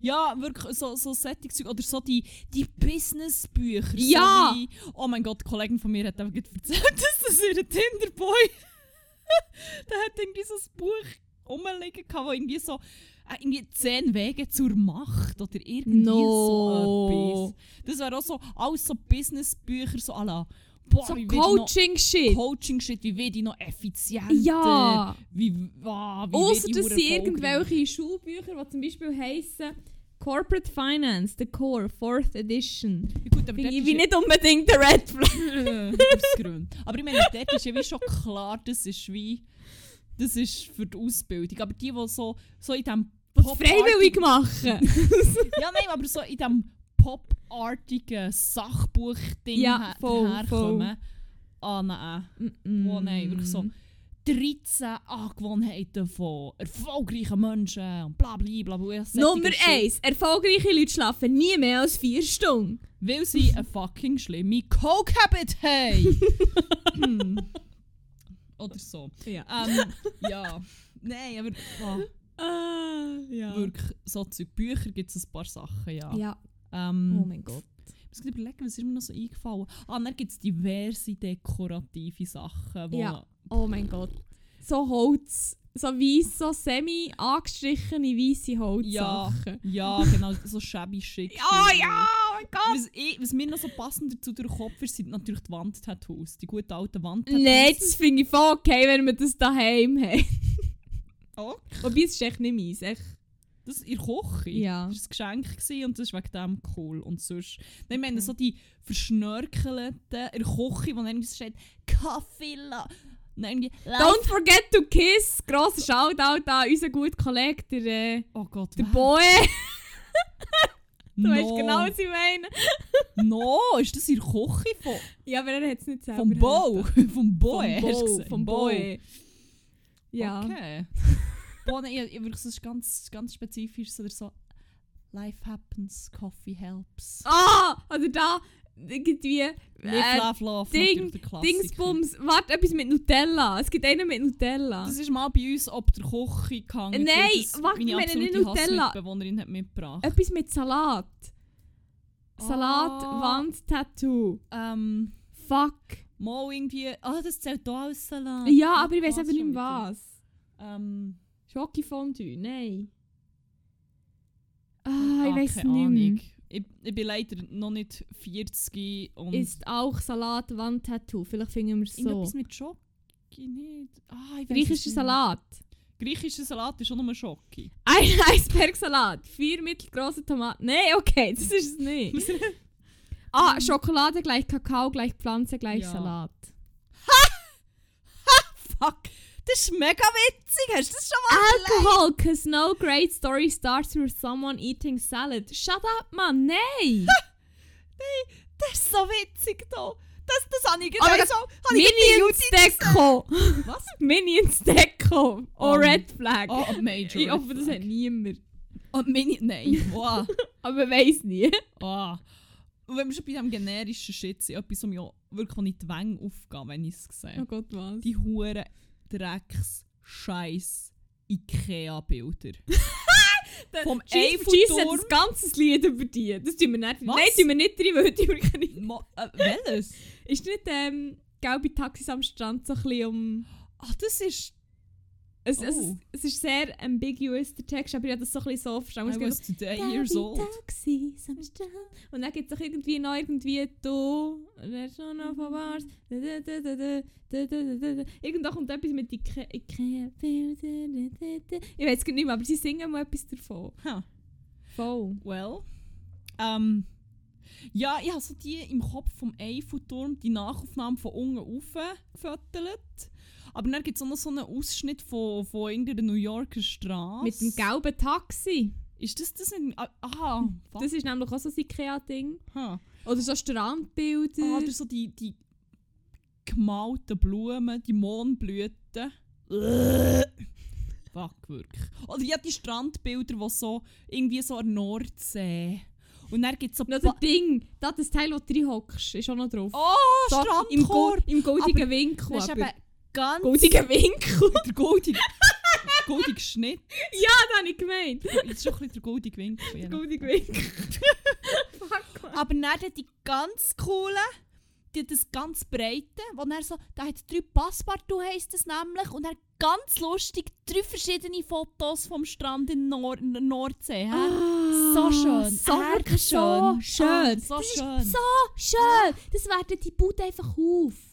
Speaker 1: Ja, wirklich, so, so Sättigzeug oder so die, die Businessbücher.
Speaker 2: Ja!
Speaker 1: So wie, oh mein Gott, eine Kollegin von mir hat einfach gerade erzählt, dass das ihr Tinderboy. der hat irgendwie so ein Buch rumliegen gehabt, wo irgendwie so äh, irgendwie 10 Wege zur Macht oder irgendwie so
Speaker 2: No.
Speaker 1: etwas. Das wäre auch so, alles so Businessbücher, so à la. Boah,
Speaker 2: So
Speaker 1: wie will ich noch-
Speaker 2: Coaching-Shit.
Speaker 1: Coaching-Shit, wie werde ich noch effizienter?
Speaker 2: Ja.
Speaker 1: eh,
Speaker 2: Oh,
Speaker 1: Wie, ah, wie werd
Speaker 2: Außer
Speaker 1: ich
Speaker 2: das
Speaker 1: hure
Speaker 2: sind
Speaker 1: erfolgreich?
Speaker 2: irgendwelche Schulbücher, die zum Beispiel heissen Corporate Finance, The Core, Fourth Edition.
Speaker 1: Ja, gut, aber
Speaker 2: Finde
Speaker 1: dort
Speaker 2: ich
Speaker 1: ist
Speaker 2: wie
Speaker 1: ja-
Speaker 2: nicht unbedingt der Red Flag.
Speaker 1: aufs Grün. Aber ich meine, dort ist ja wie schon klar, das ist dus wie... dus Das ist für die Ausbildung. Aber die, die so, so in diesem
Speaker 2: Was freiwillig machen.
Speaker 1: Ja, nein, aber so in diesem popartigen Sachbuch-Ding
Speaker 2: Ja,
Speaker 1: her-
Speaker 2: voll,
Speaker 1: herkommen. Ah, nein. Oh nein, wirklich
Speaker 2: Mm.
Speaker 1: so. 13 Angewohnheiten von erfolgreichen Menschen und bla bla bla. bla
Speaker 2: Nummer
Speaker 1: Solche Shit.
Speaker 2: 1. Erfolgreiche Leute schlafen nie mehr als 4 Stunden.
Speaker 1: Weil sie eine fucking schlimme Coke-Habit haben. Hm. Oder so.
Speaker 2: Ja. Oh,
Speaker 1: Ähm, ja. Nein, aber ah,
Speaker 2: ja.
Speaker 1: wirklich, so Zeug. Bücher gibt es ein paar Sachen, ja.
Speaker 2: Ja,
Speaker 1: Ähm,
Speaker 2: oh mein Gott.
Speaker 1: Ich muss gerade überlegen, was ist mir noch so eingefallen? Ah, und dann gibt es diverse dekorative Sachen, wo
Speaker 2: Ja. Oh mein Gott. So Holz. So weiss, so semi angestrichene weiße Holzsachen.
Speaker 1: Ja, genau, so shabby schick.
Speaker 2: Ja, ja, oh mein Gott.
Speaker 1: Was, ich, was mir noch so passend dazu durch den Kopf ist, sind natürlich die Wandtattoos. Die guten alten Wandtattoos.
Speaker 2: Nein, das finde ich voll okay, wenn wir das dus daheim haben.
Speaker 1: Oh,
Speaker 2: Wobei, es ist echt nicht meins. Echt.
Speaker 1: Das in der Küche.
Speaker 2: Ja.
Speaker 1: Das war ein Geschenk gewesen und das ist wegen dem cool. Und sonst... Nein, ich meine,
Speaker 2: Okay.
Speaker 1: so die verschnörkelten in der Küche, wo dann irgendwie so steht «Kaffee la...» Nein, irgendwie...
Speaker 2: Don't forget to kiss. Grosser Shoutout an unseren guten Kollegen, der, äh,
Speaker 1: Oh Gott,
Speaker 2: der
Speaker 1: wer?
Speaker 2: Boe. Du
Speaker 1: no.
Speaker 2: weißt genau, was ich meine.
Speaker 1: No, ist das in der Küche von,
Speaker 2: Ja, aber er hat es nicht selber.
Speaker 1: vom Bo? Vom Bo,
Speaker 2: Vom
Speaker 1: hast du
Speaker 2: Bo.
Speaker 1: gesagt?
Speaker 2: Vom Boe. Ja.
Speaker 1: Okay. Boah, nein, ich, ich, wirklich, das ist ganz, ganz spezifisch. So, so «Life happens, coffee helps».
Speaker 2: Ah! Oder da irgendwie.
Speaker 1: Live,
Speaker 2: Äh,
Speaker 1: love, love.
Speaker 2: Ding-
Speaker 1: natürlich der Klassiker.
Speaker 2: Dingsbums. Warte, etwas mit Nutella. Es gibt einen mit Nutella.
Speaker 1: Das ist mal bei uns ob der Küche gegangen.
Speaker 2: Äh, Nein,
Speaker 1: das
Speaker 2: warte,
Speaker 1: meine
Speaker 2: wir meinen nicht
Speaker 1: absolute
Speaker 2: Nutella.
Speaker 1: Hassmitbewohnerin hat mitgebracht.
Speaker 2: etwas mit Salat. Äh, Salat,
Speaker 1: Ah.
Speaker 2: Wand, Tattoo.
Speaker 1: Ähm,
Speaker 2: Fuck.
Speaker 1: mal irgendwie... Ah, das zählt da als Salat.
Speaker 2: Ja, aber ich weiß
Speaker 1: weiß
Speaker 2: eben nicht
Speaker 1: schon
Speaker 2: mehr was.
Speaker 1: wieder. Ähm,
Speaker 2: Schokofondue? Nein. Ah, ich
Speaker 1: ah,
Speaker 2: weiß
Speaker 1: keine
Speaker 2: nicht
Speaker 1: Ahnung.
Speaker 2: mehr.
Speaker 1: Ich, ich bin leider noch nicht 40 und...
Speaker 2: Ist auch Salat, Wand, Tattoo. Vielleicht finden wir es so.
Speaker 1: Irgendetwas mit Schoki nicht. Ah, ich weiss es
Speaker 2: Griechischer
Speaker 1: nicht.
Speaker 2: Salat.
Speaker 1: Griechischer Salat ist auch nur Schoki.
Speaker 2: Ein Eisbergsalat. Vier mittelgroße Tomaten. Nein, okay, das ist es nicht. ah, Schokolade gleich Kakao gleich Pflanze gleich
Speaker 1: Ja.
Speaker 2: Salat.
Speaker 1: Fuck! Das ist mega witzig! Hast du das schon
Speaker 2: Alcohol, cause no great story starts with someone eating salad. Shut up, Mann, nein!
Speaker 1: Das ist so witzig da! Das, das habe ich
Speaker 2: Oh mein
Speaker 1: gerade
Speaker 2: Gott,
Speaker 1: so... hab ich gerade
Speaker 2: Minions Deko!
Speaker 1: Was?
Speaker 2: Minions Deko!
Speaker 1: Oh.
Speaker 2: Oh, Red Flag!
Speaker 1: Oh, a major.
Speaker 2: ich hoffe, das hat niemand.
Speaker 1: Oh, Mini... Nein. Wow.
Speaker 2: Aber weiß nie.
Speaker 1: Oh. Und wenn wir schon bei diesem generischen Shit sind, etwas, um ja wirklich wo ich die Wänge aufgehen, wenn ich es sehe.
Speaker 2: Oh Gott, was?
Speaker 1: Die huren Drecks, Scheiß, Ikea-Bilder. Vom
Speaker 2: Jesus hat
Speaker 1: Eiffelturm...
Speaker 2: ein ganzes Lied über die. Das tun wir nicht.
Speaker 1: Was?
Speaker 2: Nein, tun wir nicht rein, weil die wir keine.
Speaker 1: Mo- äh, welches?
Speaker 2: Ist nicht ähm, gelbe Taxis am Strand so ein bisschen um.
Speaker 1: Ach, Ah, das ist...
Speaker 2: Es,
Speaker 1: Oh.
Speaker 2: es, es ist sehr ambiguous, der Text, aber ich habe das so ein bisschen so verstanden.
Speaker 1: I
Speaker 2: Es geht
Speaker 1: was today years old.
Speaker 2: Taxis am Strand. Und dann gibt es doch irgendwie noch irgendwie du. Wer schon noch von Bars. Da, da, da, da, da, da, da, da, da. Irgendwo kommt etwas mit Ikea. Ikea Bilder, da, da, da. Ich weiß es nicht mehr, aber sie singen mal etwas davon.
Speaker 1: Ha.
Speaker 2: Voll.
Speaker 1: Well. Ähm, ja, ich habe so die im Kopf vom Eiffelturm, die Nachaufnahme von unten rauf gefüttert. Aber dann gibt es auch noch so einen Ausschnitt von, von irgendeiner New Yorker Straße.
Speaker 2: Mit dem gelben Taxi.
Speaker 1: Ist das das in... Ah, aha, fuck.
Speaker 2: Mhm. Das ist nämlich auch so ein Ikea-Ding.
Speaker 1: Ha.
Speaker 2: Oder so Strandbilder.
Speaker 1: Ah, oder so die, die gemalten Blumen, die Mohnblüten. Fuck, wirklich. Oder ja, die Strandbilder, die so irgendwie so an der Nordsee. Und dann gibt es so...
Speaker 2: Noch das
Speaker 1: Ba-
Speaker 2: Ding, da das Teil, wo du drin hockst, ist auch noch drauf.
Speaker 1: oh,
Speaker 2: So, im, Go-
Speaker 1: Strandkorb!
Speaker 2: Im goldigen Winkel.
Speaker 1: Das ist
Speaker 2: aber-
Speaker 1: eben ganz...
Speaker 2: Goldigen Winkel?
Speaker 1: der goldige... goldige Schnitt.
Speaker 2: ja, das habe ich gemeint.
Speaker 1: Das ist schon ein bisschen der goldige Winkel. ja.
Speaker 2: Goldigen Winkel. Fuck. man.
Speaker 1: Aber dann hat die ganz coole, die das ganz breite, wo dann so, da hat drei Passpartout heisst es nämlich, und dann ganz lustig drei verschiedene Fotos vom Strand in Nor in der Nordsee. hä? so schön.
Speaker 2: So
Speaker 1: Ah,
Speaker 2: wirklich so
Speaker 1: schön.
Speaker 2: schön.
Speaker 1: Ah, so
Speaker 2: das
Speaker 1: schön.
Speaker 2: Ist so schön. Das werden die Bude einfach auf.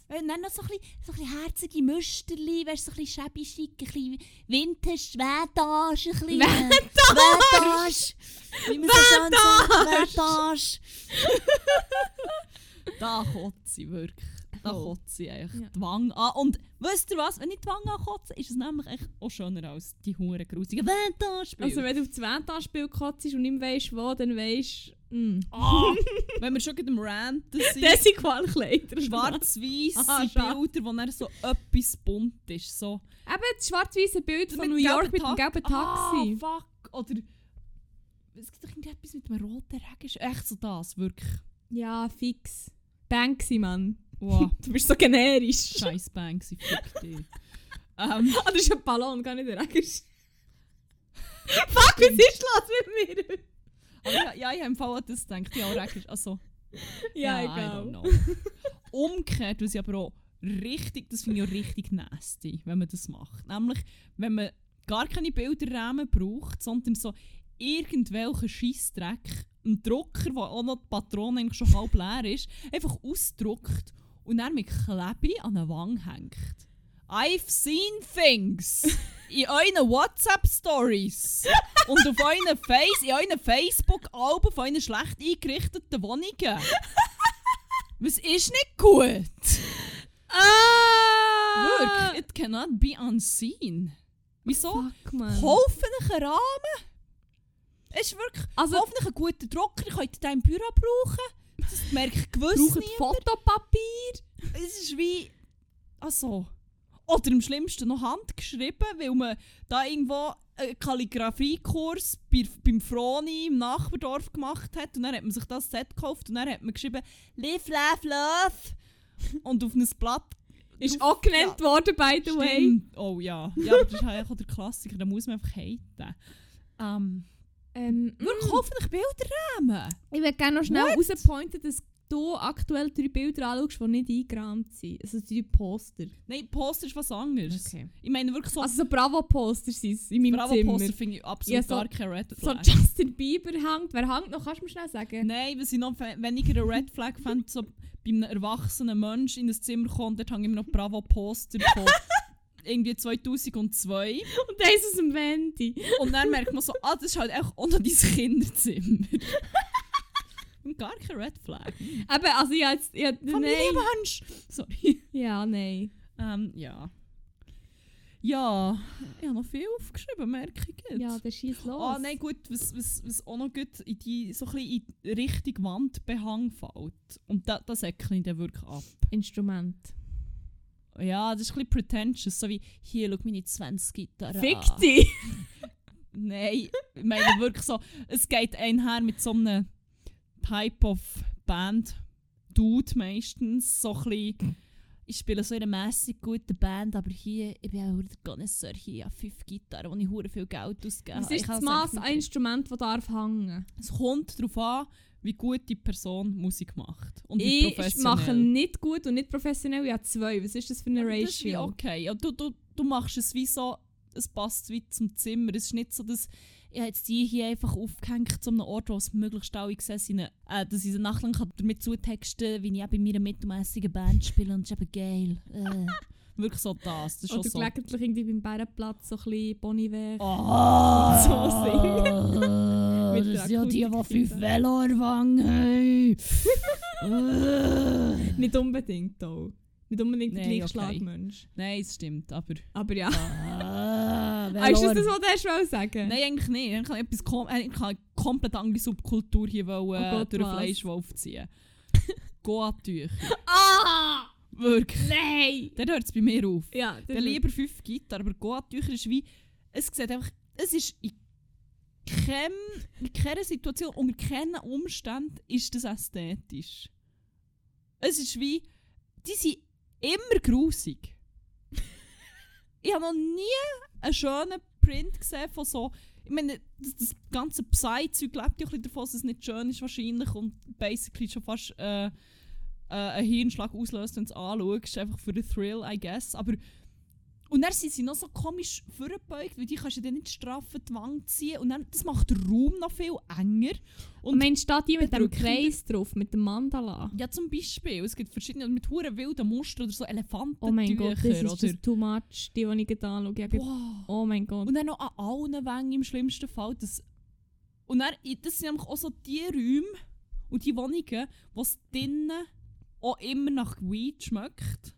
Speaker 1: Und Äh, dann noch so ein bisschen, so ein bisschen herzige Müsterli, weißt du, so ein bisschen shabby schick, ein bisschen Vintage, Vintage, ein bisschen... Vintage! Wie man so schön sagt, Vintage! da kotze ich wirklich. Da
Speaker 2: Voll.
Speaker 1: kotze ich eigentlich
Speaker 2: Ja.
Speaker 1: die Wange an. Und wisst ihr was, wenn ich die Wange ankotze, ist es nämlich echt auch schöner als die hure grusigen Vintage-Bilder.
Speaker 2: Also wenn du auf das Vantage-Spiel kotzt und nicht weißt wo, dann weißt du... Mm.
Speaker 1: Ah, wenn wir schon gerade am Ranten sind.
Speaker 2: Das sind Qualkleider. Aha,
Speaker 1: Schwarz-weiße
Speaker 2: schade.
Speaker 1: Bilder, wo dann so etwas bunt ist. So.
Speaker 2: Eben das schwarz-weiße Bild
Speaker 1: Das
Speaker 2: von
Speaker 1: mit
Speaker 2: New York mit
Speaker 1: gelben
Speaker 2: dem
Speaker 1: Tak-
Speaker 2: gelben Taxi.
Speaker 1: Ah, fuck. Oder. Es gibt doch irgendetwas mit einem roten Regen. Echt so das, wirklich.
Speaker 2: Ja, fix. Banksy, Mann.
Speaker 1: Wow.
Speaker 2: Du bist so generisch.
Speaker 1: Scheiß Banksy, fick dich. ähm,
Speaker 2: Ah, das ist ein Ballon, gar nicht der Regenschirm. Fuck, was ist los mit mir?
Speaker 1: aber ja, ja, ich habe im Fall an das gedacht. Ja, Regen. Also,
Speaker 2: Ja,
Speaker 1: I don't
Speaker 2: egal.
Speaker 1: know. Umgekehrt, was ich aber auch richtig, das finde ich auch richtig nasty, wenn man das macht. Nämlich, wenn man gar keine Bilderrahmen braucht, sondern so irgendwelchen Scheissdreck, einen Drucker, wo auch noch die Patrone eigentlich schon halb leer ist, einfach ausdruckt und dann mit Klebe an eine Wange hängt. I've seen things in euren WhatsApp-Stories und auf euren Face, in euren Facebook-Alben von euren schlecht eingerichteten Wohnungen. Was ist nicht gut?
Speaker 2: Ah!
Speaker 1: Wirklich, it cannot be unseen. Wieso?
Speaker 2: Fuck, Mann.
Speaker 1: Hoffentlich einen Rahmen. Es ist wirklich
Speaker 2: Also-
Speaker 1: hoffentlich ein guter Drucker. Ich könnte den im Büro brauchen. Das merkt gewiss
Speaker 2: Brauchen
Speaker 1: nie.
Speaker 2: Fotopapier?
Speaker 1: Es ist wie... Also... Oder am schlimmsten noch handgeschrieben, weil man da irgendwo einen Kalligrafiekurs bei, beim Froni im Nachbardorf gemacht hat. Und dann hat man sich das Set gekauft und dann hat man geschrieben «Live, laugh, love!» Und auf ein Blatt
Speaker 2: Ist auch genannt worden, by the way.
Speaker 1: Stimmt. Oh ja. Ja, aber das ist halt auch der Klassiker, da muss man einfach haten. Ähm,
Speaker 2: Ähm,
Speaker 1: wirklich hoffentlich Bilderrahmen.
Speaker 2: Ich würde gerne noch schnell rauspointen, dass du aktuell drei Bilder anschaust, die nicht eingerahmt sind. Also drei Poster.
Speaker 1: Nein, Poster ist was anderes. Ich meine wirklich so
Speaker 2: Also so Bravo-Poster sind es in meinem Zimmer.
Speaker 1: Bravo-Poster finde ich absolut
Speaker 2: Ja, so-
Speaker 1: gar kein Red
Speaker 2: So
Speaker 1: Flag.
Speaker 2: Justin Bieber hängt. Wer hängt noch? Kannst du mir schnell sagen?
Speaker 1: Nein, was ich noch fe- weniger eine Red Flag fände, so bei einem erwachsenen Mensch in ein Zimmer kommt, dort hängen immer noch Bravo-Poster von irgendwie 2002.
Speaker 2: Und der ist aus dem Wendy.
Speaker 1: Und dann merkt man so, ah, das ist halt auch auch noch dein Kinderzimmer. Und gar kein Red Flag.
Speaker 2: Eben, also ich habe jetzt... Ich hab, nein.
Speaker 1: Familienmensch! Sorry.
Speaker 2: Ja, nein.
Speaker 1: Ähm, ja. Ja, ich habe noch viel aufgeschrieben, merke ich jetzt.
Speaker 2: Ja, der schießt los.
Speaker 1: Ah, nein, gut, was, was, was auch noch gut in die, so ein bisschen in die Richtung Wandbehang fällt. Und da, das eckle ich dann wirklich ab.
Speaker 2: Instrument.
Speaker 1: Ja, das ist ein bisschen pretentious, so wie, hier, schau meine 20 Gitarren
Speaker 2: Fick
Speaker 1: an.
Speaker 2: dich!
Speaker 1: Nein, ich meine wirklich so, es geht einher mit so einem Type of Band, Dude meistens, so ein bisschen, ich spiele so in einer mässig guten Band, aber hier, ich bin auch der Connoisseur, hier habe ich fünf Gitarren, wo ich hure viel Geld ausgebe.
Speaker 2: Was
Speaker 1: Ich
Speaker 2: ist
Speaker 1: kann
Speaker 2: das
Speaker 1: es
Speaker 2: Maß
Speaker 1: eigentlich
Speaker 2: ein
Speaker 1: nicht-
Speaker 2: Instrument, das darf hängen?
Speaker 1: Es kommt darauf an, wie gut die Person Musik macht und wie
Speaker 2: Ich
Speaker 1: professionell.
Speaker 2: mache nicht gut und nicht professionell. Ich habe zwei. Was ist das für eine
Speaker 1: Aber
Speaker 2: Ratio?
Speaker 1: Das ist wie okay. Ja, du, du, du machst es wie so, es passt wie zum Zimmer. Es ist nicht so, dass ich habe jetzt die hier einfach aufgehängt zu einem Ort, wo es möglichst alle gesehen sind, äh, dass ich sie nachher kann damit zutexten kann, wie ich auch bei mir eine mittelmäßige Band spiele und es ist eben geil. Äh. Wirklich so das. Das ist schon
Speaker 2: Oder
Speaker 1: so.
Speaker 2: gelegentlich irgendwie beim Bärenplatz so ein bisschen Bon Iver.
Speaker 1: Ah,
Speaker 2: So
Speaker 1: singen.
Speaker 2: Mit
Speaker 1: das sind ja
Speaker 2: der
Speaker 1: die, die
Speaker 2: Akustik-
Speaker 1: fünf Velo erwangen haben. Äh.
Speaker 2: Nicht unbedingt auch. Nicht unbedingt der
Speaker 1: Nein, okay.
Speaker 2: gleiche Schlagmensch.
Speaker 1: Nein, es stimmt, aber...
Speaker 2: Aber ja.
Speaker 1: Ah,
Speaker 2: Ah, ist das das, was du erst mal sagen
Speaker 1: Nein, eigentlich nicht. Ich kann etwas kom äh, ich kann eine komplett andere Subkultur hier wollen, äh,
Speaker 2: Oh Gott,
Speaker 1: durch den
Speaker 2: was?
Speaker 1: Fleischwolf ziehen. Goa-Tücher.
Speaker 2: Ah!
Speaker 1: Wirklich.
Speaker 2: Nein!
Speaker 1: Dann hört es bei mir auf.
Speaker 2: Ja,
Speaker 1: Dann lieber fünf Gitarren, aber Goa-Tücher ist wie... Es sieht einfach... Es ist in, keinem, in keiner Situation, unter keinen Umständen ist das ästhetisch. Es ist wie... Die sind immer grusig. ich habe noch nie einen schönen Print gesehen von so... Ich meine, das, das ganze Psy-Zeug lebt ja ein bisschen davon, dass es nicht schön ist wahrscheinlich und basically schon fast äh, äh, einen Hirnschlag auslöst, wenn du es anschaust. Einfach für den Thrill, I guess. Aber... Und dann sind sie noch so komisch vorgebeugt, weil die kannst du dann nicht straffen die Wange ziehen. Und dann, das macht den Raum noch viel enger.
Speaker 2: Und man steht hier mit dem
Speaker 1: bedrückender.
Speaker 2: Kreis drauf, mit dem Mandala.
Speaker 1: Ja, zum Beispiel. Es gibt verschiedene mit huren wilden Mustern oder so Elefanten.
Speaker 2: Oh mein Gott, das ist
Speaker 1: oder,
Speaker 2: das too much, die, die ich gerade anschaue. Ja, gut.
Speaker 1: wow.
Speaker 2: Oh mein Gott.
Speaker 1: Und dann noch an allen Wängen im schlimmsten Fall. Das, und dann, das sind nämlich auch so die Räume und die Wohnungen, wo es drinnen auch immer nach Weed schmeckt.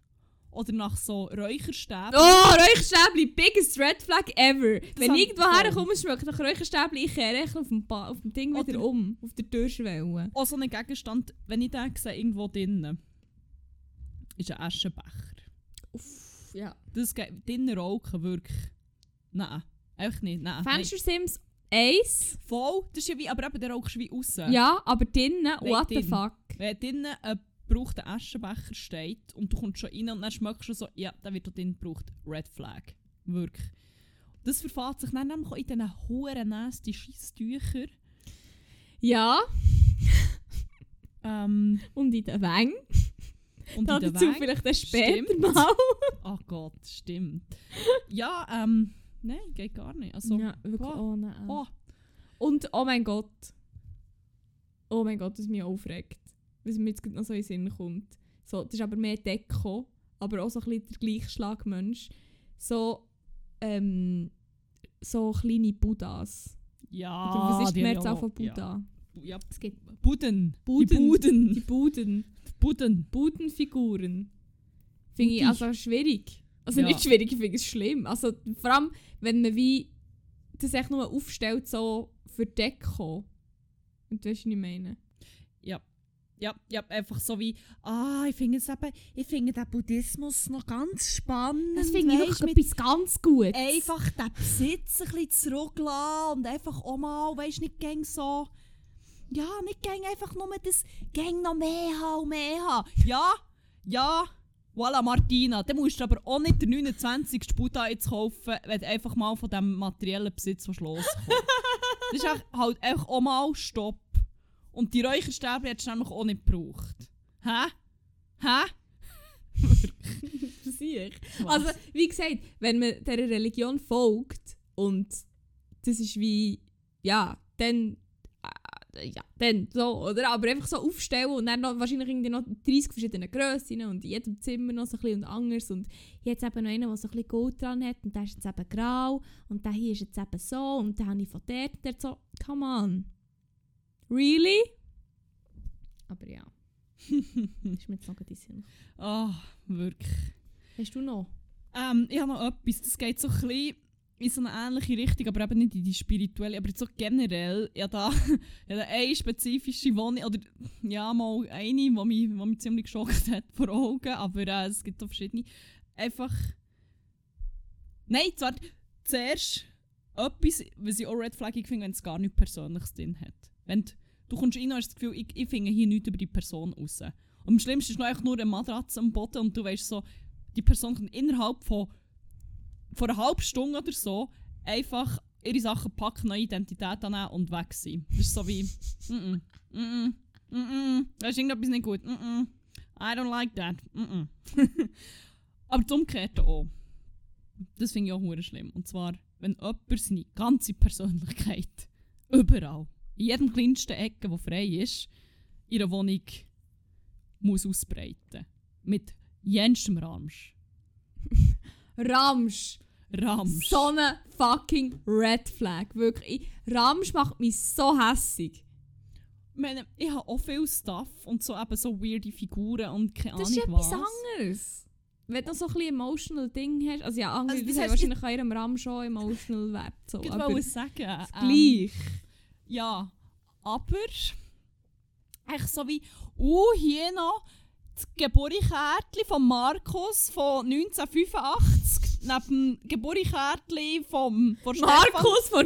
Speaker 1: Oder nach so Räucherstäben.
Speaker 2: Oh, Räucherstäbli, biggest red flag ever. Wenn
Speaker 1: hab
Speaker 2: ich
Speaker 1: ich
Speaker 2: irgendwo
Speaker 1: voll.
Speaker 2: herkomme, schmeckt nach Räucherstäbli, ich kehre echt auf dem, ba auf dem Ding
Speaker 1: Oder-
Speaker 2: wieder um. Auf der Türschwelle.
Speaker 1: Auch so ein Gegenstand, wenn ich den sehe, irgendwo drinnen, ist ein Aschenbecher.
Speaker 2: Uff, ja.
Speaker 1: Das geht drinnen rauchen, wirklich. Nein, einfach nicht. Nein, nein.
Speaker 2: Fenster Sims 1.
Speaker 1: Voll, das ist ja wie, aber eben der rauchst du wie raus.
Speaker 2: Ja, aber drinnen,
Speaker 1: Nein,
Speaker 2: what the
Speaker 1: drinnen.
Speaker 2: fuck.
Speaker 1: Wenn drinnen ein gebrauchter Aschenbecher steht und du kommst schon rein und dann schmeckst du so, ja, der wird dort drinnen gebraucht. Red Flag. Wirklich. Das verfahrt sich dann nämlich auch in diesen hohen, nasty Scheisstüchern.
Speaker 2: Ja,
Speaker 1: Ähm,
Speaker 2: und in den Wängen.
Speaker 1: und in den
Speaker 2: Dazu
Speaker 1: Weg.
Speaker 2: vielleicht dann später
Speaker 1: Stimmt.
Speaker 2: mal.
Speaker 1: Oh Gott, stimmt. Ja, ähm, nein, geht gar nicht. Also,
Speaker 2: Ja, wirklich
Speaker 1: Wow.
Speaker 2: ohne Ende.
Speaker 1: oh,
Speaker 2: Und oh mein Gott. Oh mein Gott, was mich aufregt. Was mir jetzt gerade noch so in den Sinn kommt. So, das ist aber mehr Deko, aber auch so ein bisschen der gleiche Schlagmensch. So, ähm, so kleine Buddhas.
Speaker 1: ja.
Speaker 2: Oder was ist die
Speaker 1: Ah, hab ich
Speaker 2: Mehrzahl
Speaker 1: auch-
Speaker 2: von
Speaker 1: Ja.
Speaker 2: Buddha?
Speaker 1: Bu- ja.
Speaker 2: Es gibt
Speaker 1: Buden.
Speaker 2: Buden.
Speaker 1: Die
Speaker 2: die
Speaker 1: Buden.
Speaker 2: Buden.
Speaker 1: Buden.
Speaker 2: Budenfiguren. Finde ich
Speaker 1: Budi.
Speaker 2: also schwierig. Also
Speaker 1: Ja.
Speaker 2: nicht schwierig, ich finde es schlimm. Also vor allem, wenn man wie das echt nur aufstellt, so für Deko. Und du weißt, was ich meine.
Speaker 1: Ja, ja, einfach so wie, ah, ich finde es eben, ich finde den Buddhismus noch ganz spannend.
Speaker 2: Das finde ich
Speaker 1: weisst,
Speaker 2: wirklich
Speaker 1: mit
Speaker 2: etwas ganz Gutes.
Speaker 1: einfach den Besitz ein bisschen zurücklassen und einfach auch mal, weißt nicht gäng so, ja, nicht gäng einfach nur das, gäng noch mehr haben und mehr haben. Ja, ja, voilà Martina, dann musst du aber auch nicht den 29. Buddha jetzt kaufen, wenn du einfach mal von diesem materiellen Besitz loskommt. das ist echt- halt einfach auch mal Stopp. Und die Räucherstäbe hättest du nämlich auch nicht gebraucht. Hä? Hä?
Speaker 2: Sicher. Also, wie gesagt, wenn man dieser Religion folgt und das ist wie, ja, dann, äh, ja, dann so, oder? Aber einfach so aufstellen und dann noch, wahrscheinlich irgendwie noch 30 verschiedene Grössen und in jedem Zimmer noch so ein bisschen und anders und jetzt eben noch einer, der so ein bisschen Gold dran hat und der ist jetzt eben grau und der hier ist jetzt eben so und der habe ich von der, der so, come on. Really? Aber ja. ist mir jetzt noch gerade in den Sinn gekommen.
Speaker 1: Ah, wirklich.
Speaker 2: Hast du noch?
Speaker 1: Ähm, ich habe noch etwas, das geht so ein bisschen in so eine ähnliche Richtung, aber eben nicht in die spirituelle, aber so generell. Ja, da, ja, da eine spezifische Wohnung, oder ja, mal eine, die mich, die mich ziemlich geschockt hat vor Augen, aber äh, es gibt auch verschiedene. Einfach. Nein, zwar zuerst etwas, was ich auch red flaggig finde, wenn es gar nichts Persönliches drin hat. Wenn du, du kommst rein und hast das Gefühl, ich, ich finde hier nichts über die Person raus. Und am schlimmsten ist noch eigentlich nur eine Matratze am Boden und du weißt so, die Person kann innerhalb von, von einer halben Stunde oder so einfach ihre Sachen packen, neue Identität annehmen und weg sein. Das ist so wie, mm -mm, mm -mm, mm -mm, da ist irgendetwas nicht gut, mm -mm, I don't like that, mm -mm. Aber das Umgekehrte auch. Das finde ich auch hure schlimm. Und zwar, wenn jemand seine ganze Persönlichkeit überall, in jedem kleinsten Ecke, wo frei ist, in einer Wohnung muss ausbreiten. Mit jenstem Ramsch.
Speaker 2: Ramsch.
Speaker 1: Ramsch.
Speaker 2: So eine fucking Red Flag. Wirklich. Ich- Ramsch macht mich so hässig.
Speaker 1: meine, ich habe auch viel Stuff und so eben so weirde Figuren und keine
Speaker 2: Das ist
Speaker 1: Ahnung
Speaker 2: etwas
Speaker 1: was.
Speaker 2: anderes. Wenn du noch so ein bisschen emotional Ding hast, also ja, andere
Speaker 1: Also das
Speaker 2: Leute haben
Speaker 1: heißt,
Speaker 2: wahrscheinlich an ihrem Rahmen schon emotional Wert. So,
Speaker 1: Ich
Speaker 2: aber äh,
Speaker 1: wollte sagen.
Speaker 2: das
Speaker 1: ähm,
Speaker 2: gleich.
Speaker 1: Ja, aber echt so wie, uh, hier noch das Geburtskärtchen von Markus von 1985 neben dem Geburtskärtchen vom von Stefan
Speaker 2: von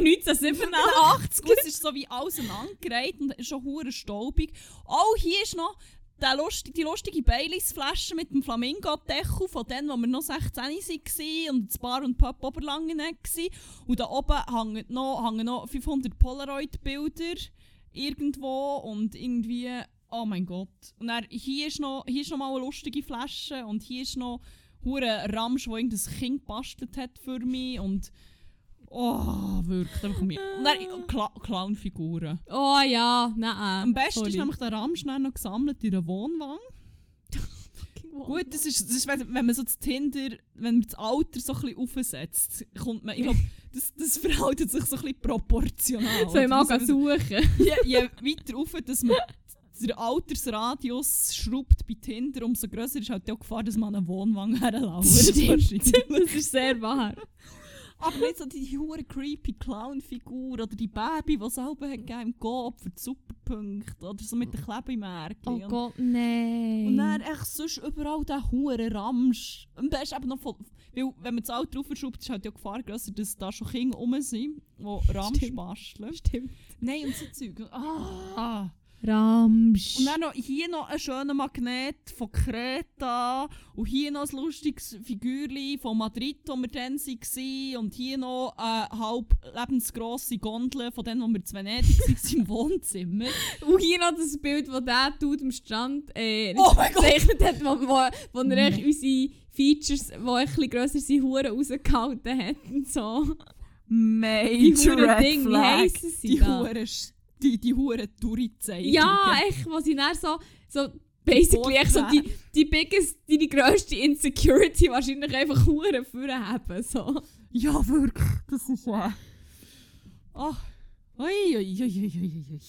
Speaker 2: 1987.
Speaker 1: 85. Genau. Und es ist so wie alles aneinandergereiht und ist schon hure staubig. Oh, hier ist noch der lustig, die lustige Baileys-Flasche mit dem Flamingo-Deckel von denen, wo wir noch 16 waren und das Bar und Pub Oberlangen waren. Und da oben hängen noch, hängen noch 500 Polaroid-Bilder irgendwo und irgendwie... Oh mein Gott. Und dann, hier, ist noch, hier ist noch mal eine lustige Flasche und hier ist noch hure Ramsch, wo irgendein Kind gebastelt hat für mich und... Oh, wirklich. Einfach mir. Und dann Cla Clownfiguren.
Speaker 2: Oh ja, nein. äh,
Speaker 1: Am besten ist
Speaker 2: sorry.
Speaker 1: nämlich der Ramsch dann noch gesammelt in einer Wohnwang.
Speaker 2: Oh,
Speaker 1: Gut, das ist, das ist, wenn wenn man so das Tinder, wenn man das Alter so ein bisschen aufsetzt, kommt man, ich glaube, das, das verhält sich so ein bisschen proportional.
Speaker 2: Soll ich mal
Speaker 1: Also,
Speaker 2: gehen suchen?
Speaker 1: je, je weiter rauf, dass man den Altersradius schrubbt bei Tinder, umso grösser ist halt die Gefahr, dass man an eine Wohnwang herlauert.
Speaker 2: das ist sehr wahr.
Speaker 1: Aber nicht so die hure creepy Clown-Figur oder die Baby, die selber hat gegeben im Kopf für die Superpunkte oder so mit den Klebemärkchen.
Speaker 2: Oh Gott, nein.
Speaker 1: Und dann echt sonst überall der hure Ramsch. Und der ist eben noch voll... Weil wenn man das Alter raufschraubt, ist halt die Gefahr grösser, dass da schon Kinder rum sind, die Ramsch
Speaker 2: Stimmt.
Speaker 1: basteln.
Speaker 2: Stimmt.
Speaker 1: Nein, und so Zeug. Ah.
Speaker 2: Ramsch.
Speaker 1: Und dann noch, hier noch ein schöner Magnet von Kreta. Und hier noch ein lustiges Figürli von Madrid, wo wir dann waren. Und hier noch eine halb lebensgrosse Gondel von denen, wo wir zu Venedig waren, im Wohnzimmer.
Speaker 2: Und hier noch das Bild, das der Dude am Strand äh,
Speaker 1: Oh mein Gott!
Speaker 2: gezeichnet hat, wo, wo, wo er echt
Speaker 1: Nein.
Speaker 2: unsere Features, die ein bisschen grösser sind, Huren rausgehalten hat und so. Die
Speaker 1: Major
Speaker 2: Huren Ding, wie heissen sie
Speaker 1: Die
Speaker 2: da?
Speaker 1: Huren, Sch- die, die Huren Touri-Zeichnungen.
Speaker 2: Ja, echt, wo sie dann so, so basically
Speaker 1: Boden
Speaker 2: echt so die, die biggest, die, die grösste Insecurity wahrscheinlich einfach Huren führen haben. So.
Speaker 1: Ja, wirklich. Das ist ja. Ach. Ui, ui, ui, ui, ui, ui.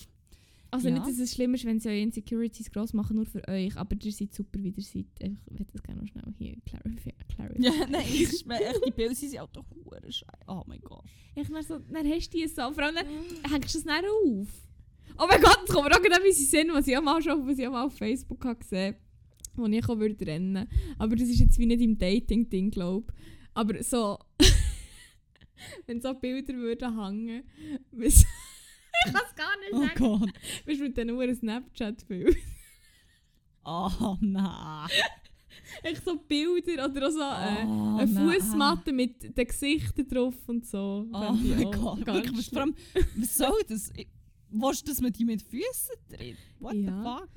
Speaker 2: Also
Speaker 1: Ja.
Speaker 2: nicht, dass es schlimm ist, wenn sie eure Insecurities gross machen, nur für euch, aber ihr seid super, wie ihr seid. Ich will das gerne noch schnell nou hier clarifieren.
Speaker 1: Ja, nein, ich schwöre, echt, die Bilder sind auch doch hure scheiße. Oh mein Gott.
Speaker 2: Ich meine so, dann hast du die so, vor allem dann
Speaker 1: Mhm.
Speaker 2: hängst du es dann auf. Oh mein Gott, jetzt kommen wir auch gerade in Sinn, was ich auch mal schon was ich auch mal auf Facebook habe gesehen wo ich auch würde rennen Aber das ist jetzt wie nicht im Dating-Ding, glaube ich. Aber so, wenn so Bilder würden hängen, was- ich kann es gar nicht
Speaker 1: Oh
Speaker 2: sagen.
Speaker 1: Gott.
Speaker 2: Bist du mit diesen Uhren Snapchat-Bild?
Speaker 1: Oh nein.
Speaker 2: Echt so Bilder oder auch so äh,
Speaker 1: oh,
Speaker 2: eine
Speaker 1: nein.
Speaker 2: Fußmatte mit den Gesichtern drauf und so.
Speaker 1: Oh
Speaker 2: Fände ich
Speaker 1: mein
Speaker 2: auch
Speaker 1: Gott.
Speaker 2: ganz
Speaker 1: Wirklich, was, vor allem, was soll das? Ich- Willst du, dass man die mit Füßen dreht? What
Speaker 2: Ja.
Speaker 1: the fuck?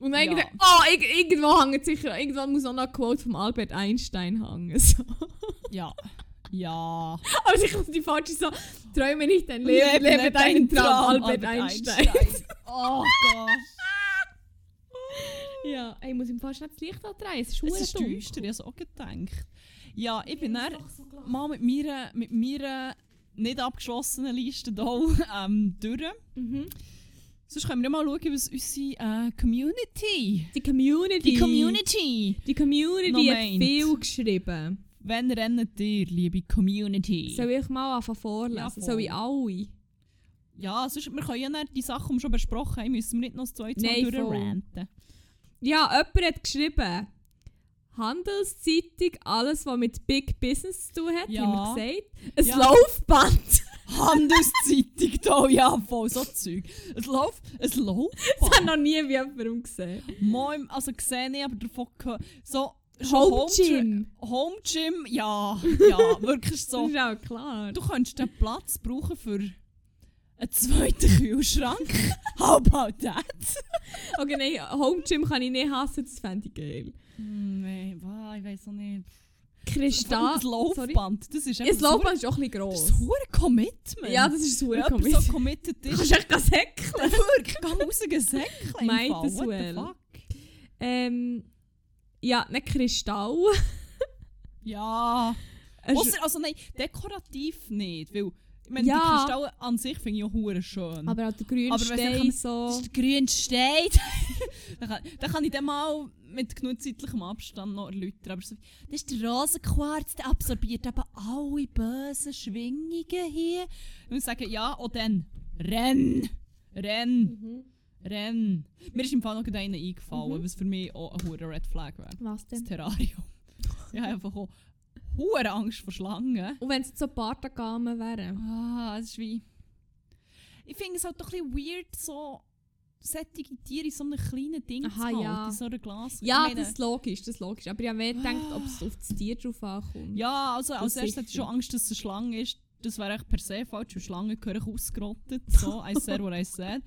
Speaker 2: Und dann
Speaker 1: Ja.
Speaker 2: denkt oh, irg irgendwo hängt sicher, irgendwann muss auch noch eine Quote von Albert Einstein hängen. So.
Speaker 1: Ja. Ja.
Speaker 2: Aber ich muss die falsche so, träume nicht dein Leben, lebe, deinen Traum, Albert, Einstein.
Speaker 1: Oh Gott.
Speaker 2: ja, ich muss ihm fast nicht das Licht andrehen, es ist
Speaker 1: Es
Speaker 2: verdammt
Speaker 1: ist
Speaker 2: dunkel.
Speaker 1: düster, ich habe auch gedacht. Ja, ich bin
Speaker 2: Ja,
Speaker 1: dann
Speaker 2: ist doch so klar.
Speaker 1: mal mit meiner, mit meiner nicht abgeschlossenen Liste hier ähm, durch.
Speaker 2: Mhm.
Speaker 1: Sonst können wir mal schauen, was unsere äh, Community.
Speaker 2: Die Community.
Speaker 1: Die Community!
Speaker 2: Die Community
Speaker 1: Noch
Speaker 2: hat
Speaker 1: meint.
Speaker 2: viel geschrieben.
Speaker 1: Wenn rennt ihr, liebe Community?
Speaker 2: Soll ich mal anfangen vorlesen?
Speaker 1: Ja, voll.
Speaker 2: Soll ich alle?
Speaker 1: ja, sonst, wir können ja dann die Sachen, die wir schon besprochen haben, müssen wir nicht noch das zweite Mal
Speaker 2: Nein, voll.
Speaker 1: durchranten.
Speaker 2: Ja, jemand hat geschrieben. Handelszeitung, alles, was mit Big Business zu tun hat,
Speaker 1: Ja.
Speaker 2: haben wir gesagt. Ein
Speaker 1: Ja.
Speaker 2: Laufband.
Speaker 1: Handelszeitung da, ja, voll, so Zeug. Es läuft, es läuft.
Speaker 2: Ich habe noch nie wie jemandem gesehen.
Speaker 1: Moin, also gesehen ich, aber davon gehört. So, schon
Speaker 2: Home
Speaker 1: Gym-
Speaker 2: Gym.
Speaker 1: Home Gym, ja, ja, wirklich
Speaker 2: Das
Speaker 1: so.
Speaker 2: ist auch klar.
Speaker 1: Du könntest den Platz brauchen für einen zweiten Kühlschrank. How about that?
Speaker 2: Okay, nein, Home Gym kann ich nicht hassen, das fände ich geil.
Speaker 1: Hm, Nein, wow, ich weiß auch nicht.
Speaker 2: Kristall.
Speaker 1: das Laufband, das ist
Speaker 2: Sorry. Ja, das
Speaker 1: so-
Speaker 2: Laufband ist auch ein bisschen
Speaker 1: Das
Speaker 2: gross.
Speaker 1: ist ein hoher Commitment.
Speaker 2: Ja, das ist super
Speaker 1: Wenn jemand
Speaker 2: komisch.
Speaker 1: so committed
Speaker 2: Du kannst
Speaker 1: ist.
Speaker 2: echt das häkeln.
Speaker 1: Wirklich, geh raus, geh säckeln.
Speaker 2: Might
Speaker 1: im Fall.
Speaker 2: as
Speaker 1: What the
Speaker 2: well.
Speaker 1: fuck?
Speaker 2: Ähm, ja, nicht Kristall.
Speaker 1: Ja.
Speaker 2: Ein Sch-
Speaker 1: Ausser, also nein, dekorativ nicht, weil Ich meine,
Speaker 2: Ja.
Speaker 1: die Kristalle an sich finde ich auch hure schön.
Speaker 2: Aber auch der grüne
Speaker 1: Aber weiss nicht,
Speaker 2: Stein
Speaker 1: kann-
Speaker 2: so.
Speaker 1: Das ist der grüne steht. dann, kann, dann kann ich dann mal mit genug zeitlichem Abstand noch erläutern. Aber so, das ist der Rosenquarz, der absorbiert eben alle bösen Schwingungen hier. Und ich sage, ja, und dann renn, renn, renn. Mir ist im Fall noch gerade einer eingefallen,
Speaker 2: Mhm.
Speaker 1: was für mich auch ein hoher Red Flag wäre.
Speaker 2: Was
Speaker 1: Das
Speaker 2: denn?
Speaker 1: Terrarium. ich habe einfach auch hohe Angst vor Schlangen.
Speaker 2: Und wenn es jetzt so Partagamen wären.
Speaker 1: Ah, es ist wie. Ich finde es halt doch ein bisschen weird, so sättige Tiere in so einem kleinen Ding zu
Speaker 2: Aha,
Speaker 1: halten,
Speaker 2: ja.
Speaker 1: in so einer Glas.
Speaker 2: Ja,
Speaker 1: ich meine-
Speaker 2: das ist logisch, das ist logisch. Aber ich habe mehr gedacht, ob es auf das Tier drauf ankommt.
Speaker 1: ja, also als
Speaker 2: Das
Speaker 1: erstes hatte ich
Speaker 2: sicher.
Speaker 1: schon Angst, dass es eine Schlange ist. Das wäre echt per se falsch, weil Schlangen gehören ausgerottet. So, I said what I said.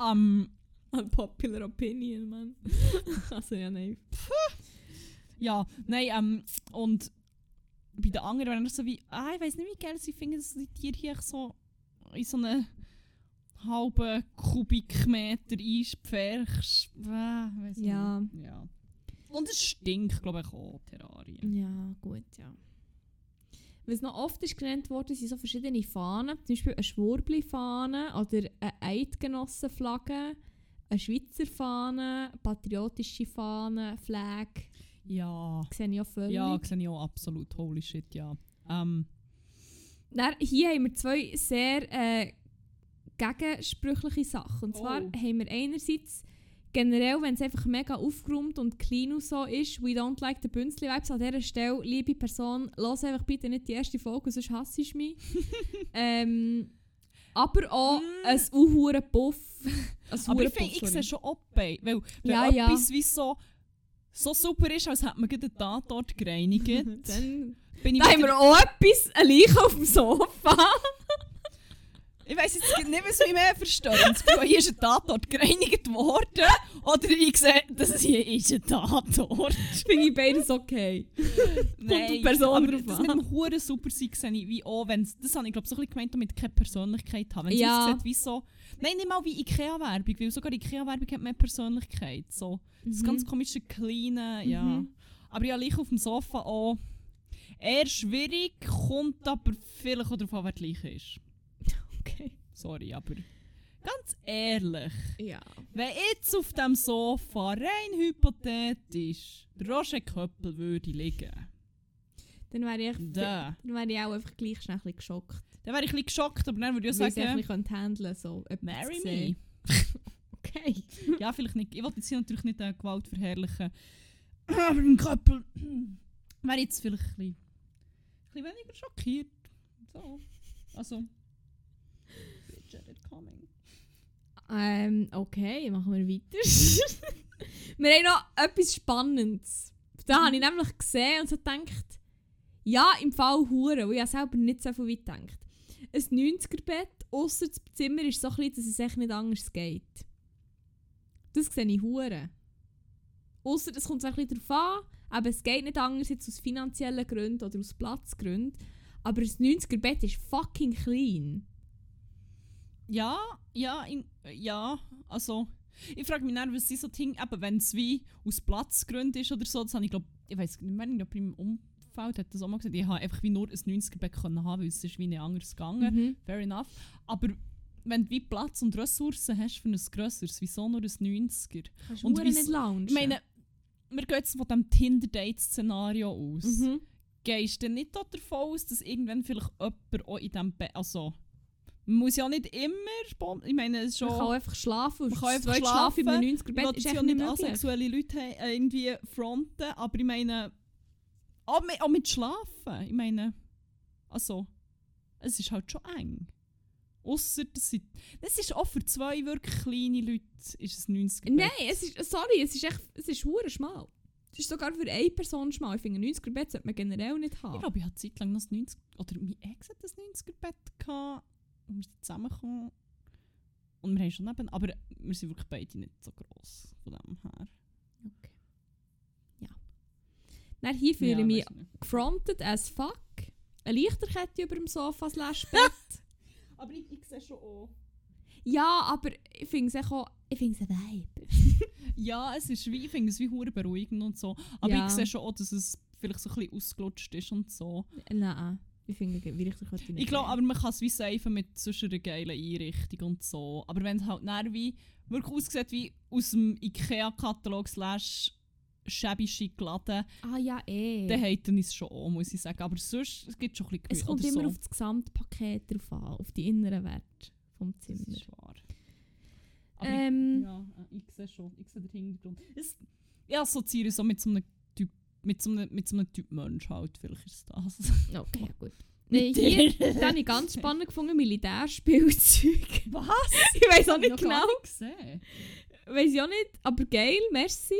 Speaker 1: Ähm,
Speaker 2: Unpopular opinion, man. also ja, nein.
Speaker 1: ja, nein, ähm, und bei den anderen wäre ich so wie, ah, ich weiß nicht, wie geil sie finden, dass die Tiere hier echt so in so einen halben Kubikmeter einpferchst. Ah, ich weiss
Speaker 2: Ja.
Speaker 1: Nicht. ja. Und es stinkt, glaube ich, auch, Terrarien.
Speaker 2: Ja, gut, ja. Was noch oft ist genannt worden, sind so verschiedene Fahnen. Zum Beispiel eine Schwurbli-Fahne oder eine Eidgenossenflagge, eine Schweizer Fahne, patriotische Fahne, Flag.
Speaker 1: Ja.
Speaker 2: Sehe ich auch völlig.
Speaker 1: Ja, sehe ich auch absolut. Holy shit, ja. Ähm,
Speaker 2: Dann, hier haben wir zwei sehr äh, gegensprüchliche Sachen. Und zwar
Speaker 1: Oh.
Speaker 2: haben wir einerseits generell, wenn es einfach mega aufgeräumt und clean und so ist, «We don't like the bünzli vibes an dieser Stelle, liebe Person, lass einfach bitte nicht die erste Folge, sonst hasst du mich. ähm, aber auch
Speaker 1: Mm.
Speaker 2: ein unhuren Puff. Ein
Speaker 1: aber
Speaker 2: huren
Speaker 1: ich, find,
Speaker 2: Puff,
Speaker 1: ich sehe
Speaker 2: sorry.
Speaker 1: schon auch bei, weil wenn
Speaker 2: Ja, ja.
Speaker 1: etwas wie so, so super ist, als hätte man gerade den Tatort gereinigt, bin ich
Speaker 2: Dann, da haben
Speaker 1: wieder
Speaker 2: wir auch etwas, eine Leiche auf dem Sofa.
Speaker 1: Ich weiss jetzt nicht, was mich mehr versteht. Das Gefühl, hier ist ein Tatort gereinigt worden. Oder ich sehe, das hier ist ein Tatort.
Speaker 2: Finde ich beides okay. auf die Person
Speaker 1: aber
Speaker 2: drauf
Speaker 1: das
Speaker 2: an.
Speaker 1: mit dem Huren super sein, sehe ich wie auch, wenn's, das habe ich glaube so ein bisschen gemeint, damit ich keine Persönlichkeit habe. Wenn es
Speaker 2: Ja.
Speaker 1: aussieht wie so, nein, nicht mal wie Ikea-Werbung, weil sogar Ikea-Werbung hat mehr Persönlichkeit. So, das
Speaker 2: Mhm.
Speaker 1: ganz komische, kleine, ja.
Speaker 2: Mhm.
Speaker 1: Aber ja, ich auf dem Sofa auch. Eher schwierig, kommt aber vielleicht auch darauf an, wer gleich ist.
Speaker 2: Okay.
Speaker 1: Sorry, aber ganz ehrlich.
Speaker 2: Ja.
Speaker 1: Wenn jetzt auf dem Sofa rein hypothetisch der Roger Köppel würde liegen,
Speaker 2: Dann wäre ich...
Speaker 1: da,
Speaker 2: Dann wäre ich auch einfach gleich schnell ein bisschen geschockt.
Speaker 1: dann wäre ich ein bisschen geschockt, aber dann würde ich
Speaker 2: weil
Speaker 1: auch
Speaker 2: ich es ein
Speaker 1: sagen,
Speaker 2: bisschen handeln so etwas
Speaker 1: marry
Speaker 2: zu
Speaker 1: me.
Speaker 2: sehen. Okay.
Speaker 1: Ja, vielleicht nicht. Ich wollte jetzt hier natürlich nicht äh, Gewalt verherrlichen. Aber im Köppel wäre ich jetzt vielleicht ein bisschen, ein bisschen weniger schockiert. So. Also. Bitch, I did coming.
Speaker 2: Ähm, okay, machen wir weiter. wir haben noch etwas Spannendes. Da
Speaker 1: Mhm.
Speaker 2: habe ich nämlich gesehen und so gedacht, ja, im Fall Huren, weil ich habe selber nicht so viel weit gedacht. Ein 90er-Bett, außer das Zimmer ist so klein, dass es echt nicht anders geht. Das sehe ich Huren. Außer es kommt so ein bisschen darauf an, aber es geht nicht anders jetzt aus finanziellen Gründen oder aus Platzgründen. Aber ein 90er-Bett ist fucking klein.
Speaker 1: Ja, ja, in, ja, also ich frage mich dann, was sie so Dinge, aber wenn es wie aus Platzgründen ist oder so, das habe ich glaube, ich weiß nicht mehr, ich glaube, im Umfeld hat das auch mal gesagt, ich habe einfach wie nur ein 90er-Bett können haben, weil es ist wie nicht anders gegangen,
Speaker 2: Mhm.
Speaker 1: fair enough, aber wenn du wie Platz und Ressourcen hast für ein grösseres, wieso nur ein 90er?
Speaker 2: Kannst
Speaker 1: Und
Speaker 2: Huren
Speaker 1: wieso-
Speaker 2: nicht loungen.
Speaker 1: Ich meine, wir gehen jetzt von diesem Tinder-Date-Szenario aus.
Speaker 2: Mhm.
Speaker 1: gehst du nicht auch davon aus, dass irgendwann vielleicht jemand auch in diesem Bett. Also, man muss ja nicht immer spon- Ich meine, es ist schon.
Speaker 2: Man kann auch einfach schlafen.
Speaker 1: Man kann
Speaker 2: Das
Speaker 1: einfach
Speaker 2: zweite
Speaker 1: schlafen.
Speaker 2: Schlafen in einem 90er
Speaker 1: ich will
Speaker 2: Bett
Speaker 1: jetzt
Speaker 2: ist
Speaker 1: ja
Speaker 2: echt
Speaker 1: nicht
Speaker 2: nicht möglich.
Speaker 1: asexuelle Leute he- äh, irgendwie fronten, aber ich meine. Auch mit, auch mit Schlafen. Ich meine. Also. Es ist halt schon eng. Ausser, das sind. Es ist auch für zwei wirklich kleine Leute, ist es 90
Speaker 2: Nein, es ist, sorry, es ist echt, es ist hure schmal. Es ist sogar für eine Person schmal. Ich finde, ein 90er Bett sollte man generell nicht
Speaker 1: Ich
Speaker 2: haben.
Speaker 1: glaube, ich hatte Zeit lang noch das 90 oder mein Ex hat das 90er-Bett gehabt und wir sind zusammengekommen. Und wir haben schon neben, aber wir sind wirklich beide nicht so gross von dem her.
Speaker 2: Dann hier fühle ich
Speaker 1: Ja,
Speaker 2: mich
Speaker 1: weiss nicht.
Speaker 2: gefrontet as fuck. Eine Lichterkette über dem Sofa, ein Lashbett.
Speaker 1: Aber ich, ich sehe schon auch.
Speaker 2: ja, aber ich finde es echt auch, ich finde es ein Vibe.
Speaker 1: Ja, es ist wie, ich finde es wie hure beruhigend und so. Aber
Speaker 2: Ja.
Speaker 1: ich sehe schon auch, dass es vielleicht so ein bisschen ausgelutscht ist und so.
Speaker 2: Nein. Ich finde, wie richtig könnte nicht
Speaker 1: Ich glaube,
Speaker 2: sagen.
Speaker 1: aber man kann es wie safen mit zwischen einer geilen Einrichtung und so. Aber wenn es halt dann wie wirklich aussieht wie aus dem IKEA-Katalog slash shabby chic Laden,
Speaker 2: Ah ja, eh.
Speaker 1: dann habt ihr es schon auch, muss ich sagen. Aber sonst, es gibt schon ein bisschen
Speaker 2: es
Speaker 1: Gemü-
Speaker 2: kommt
Speaker 1: oder
Speaker 2: immer
Speaker 1: so.
Speaker 2: auf das Gesamtpaket drauf an, auf die inneren Werte vom
Speaker 1: Das
Speaker 2: Zimmer.
Speaker 1: ist wahr. Aber ich-
Speaker 2: Ähm,
Speaker 1: Ja, äh, ich sehe schon. Ich sehe den Hintergrund. Es, ich assoziiere es so mit so einem Typ, mit so einem, mit so einem Typ Mensch halt. Vielleicht ist es das.
Speaker 2: Okay, ja, gut. Nee,
Speaker 1: Mit
Speaker 2: hier,
Speaker 1: dir.
Speaker 2: das habe ich ganz spannend gefunden, Militärspielzeug.
Speaker 1: Was?
Speaker 2: ich weiß auch nicht
Speaker 1: Noch gar
Speaker 2: genau.
Speaker 1: nicht gesehen.
Speaker 2: Weiß ich auch nicht, aber geil, merci.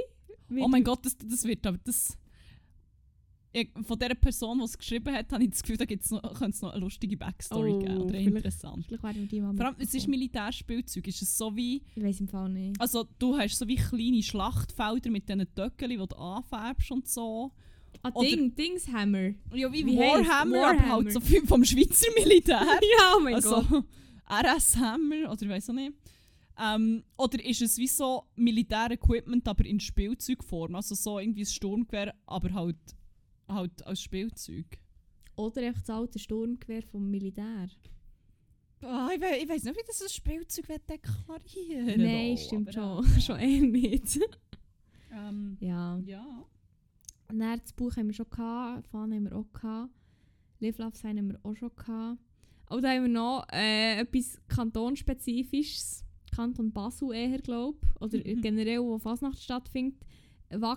Speaker 1: Oh mein Gott, das, das wird aber das... Ich, von der Person, die es geschrieben hat, habe ich das Gefühl, da gibt's noch, könnte es noch eine lustige Backstory
Speaker 2: Oh,
Speaker 1: geben. Oder
Speaker 2: vielleicht-
Speaker 1: interessant.
Speaker 2: Vielleicht werden wir die mal
Speaker 1: Vor allem, es ist
Speaker 2: mitbekommen.
Speaker 1: Militärspielzeug. Ist es so wie...
Speaker 2: Ich weiß im Fall nicht.
Speaker 1: Also, du hast so wie kleine Schlachtfelder mit diesen Töckchen, die du anfärbst und so.
Speaker 2: Ah,
Speaker 1: oder-
Speaker 2: Ding, Dingshammer.
Speaker 1: Ja, wie,
Speaker 2: Wie heisst?
Speaker 1: Warhammer, aber
Speaker 2: Warhammer.
Speaker 1: halt so viel vom Schweizer Militär.
Speaker 2: ja, oh mein Gott.
Speaker 1: also RS Hammer oder ich weiß auch nicht. Ähm, oder ist es wie so Militärequipment, aber in Spielzeugform? Also so irgendwie ein Sturmgewehr, aber halt, halt als Spielzeug.
Speaker 2: Oder einfach das alte Sturmgewehr vom Militär.
Speaker 1: Ah, ich, we ich weiß nicht, wie das ein Spielzeug wird deklarieren
Speaker 2: Nein,
Speaker 1: Oh,
Speaker 2: stimmt
Speaker 1: aber,
Speaker 2: schon. schon eher nicht.
Speaker 1: Ähm,
Speaker 2: ja.
Speaker 1: ja.
Speaker 2: Und dann das Buch haben wir schon gehabt, Fahne haben wir auch gehabt, Live Love Sign haben wir auch schon gehabt. Aber da haben wir noch äh, etwas kantonspezifisches, Kanton Basel eher, glaube ich, oder
Speaker 1: Mhm.
Speaker 2: generell, wo Fasnacht stattfindet.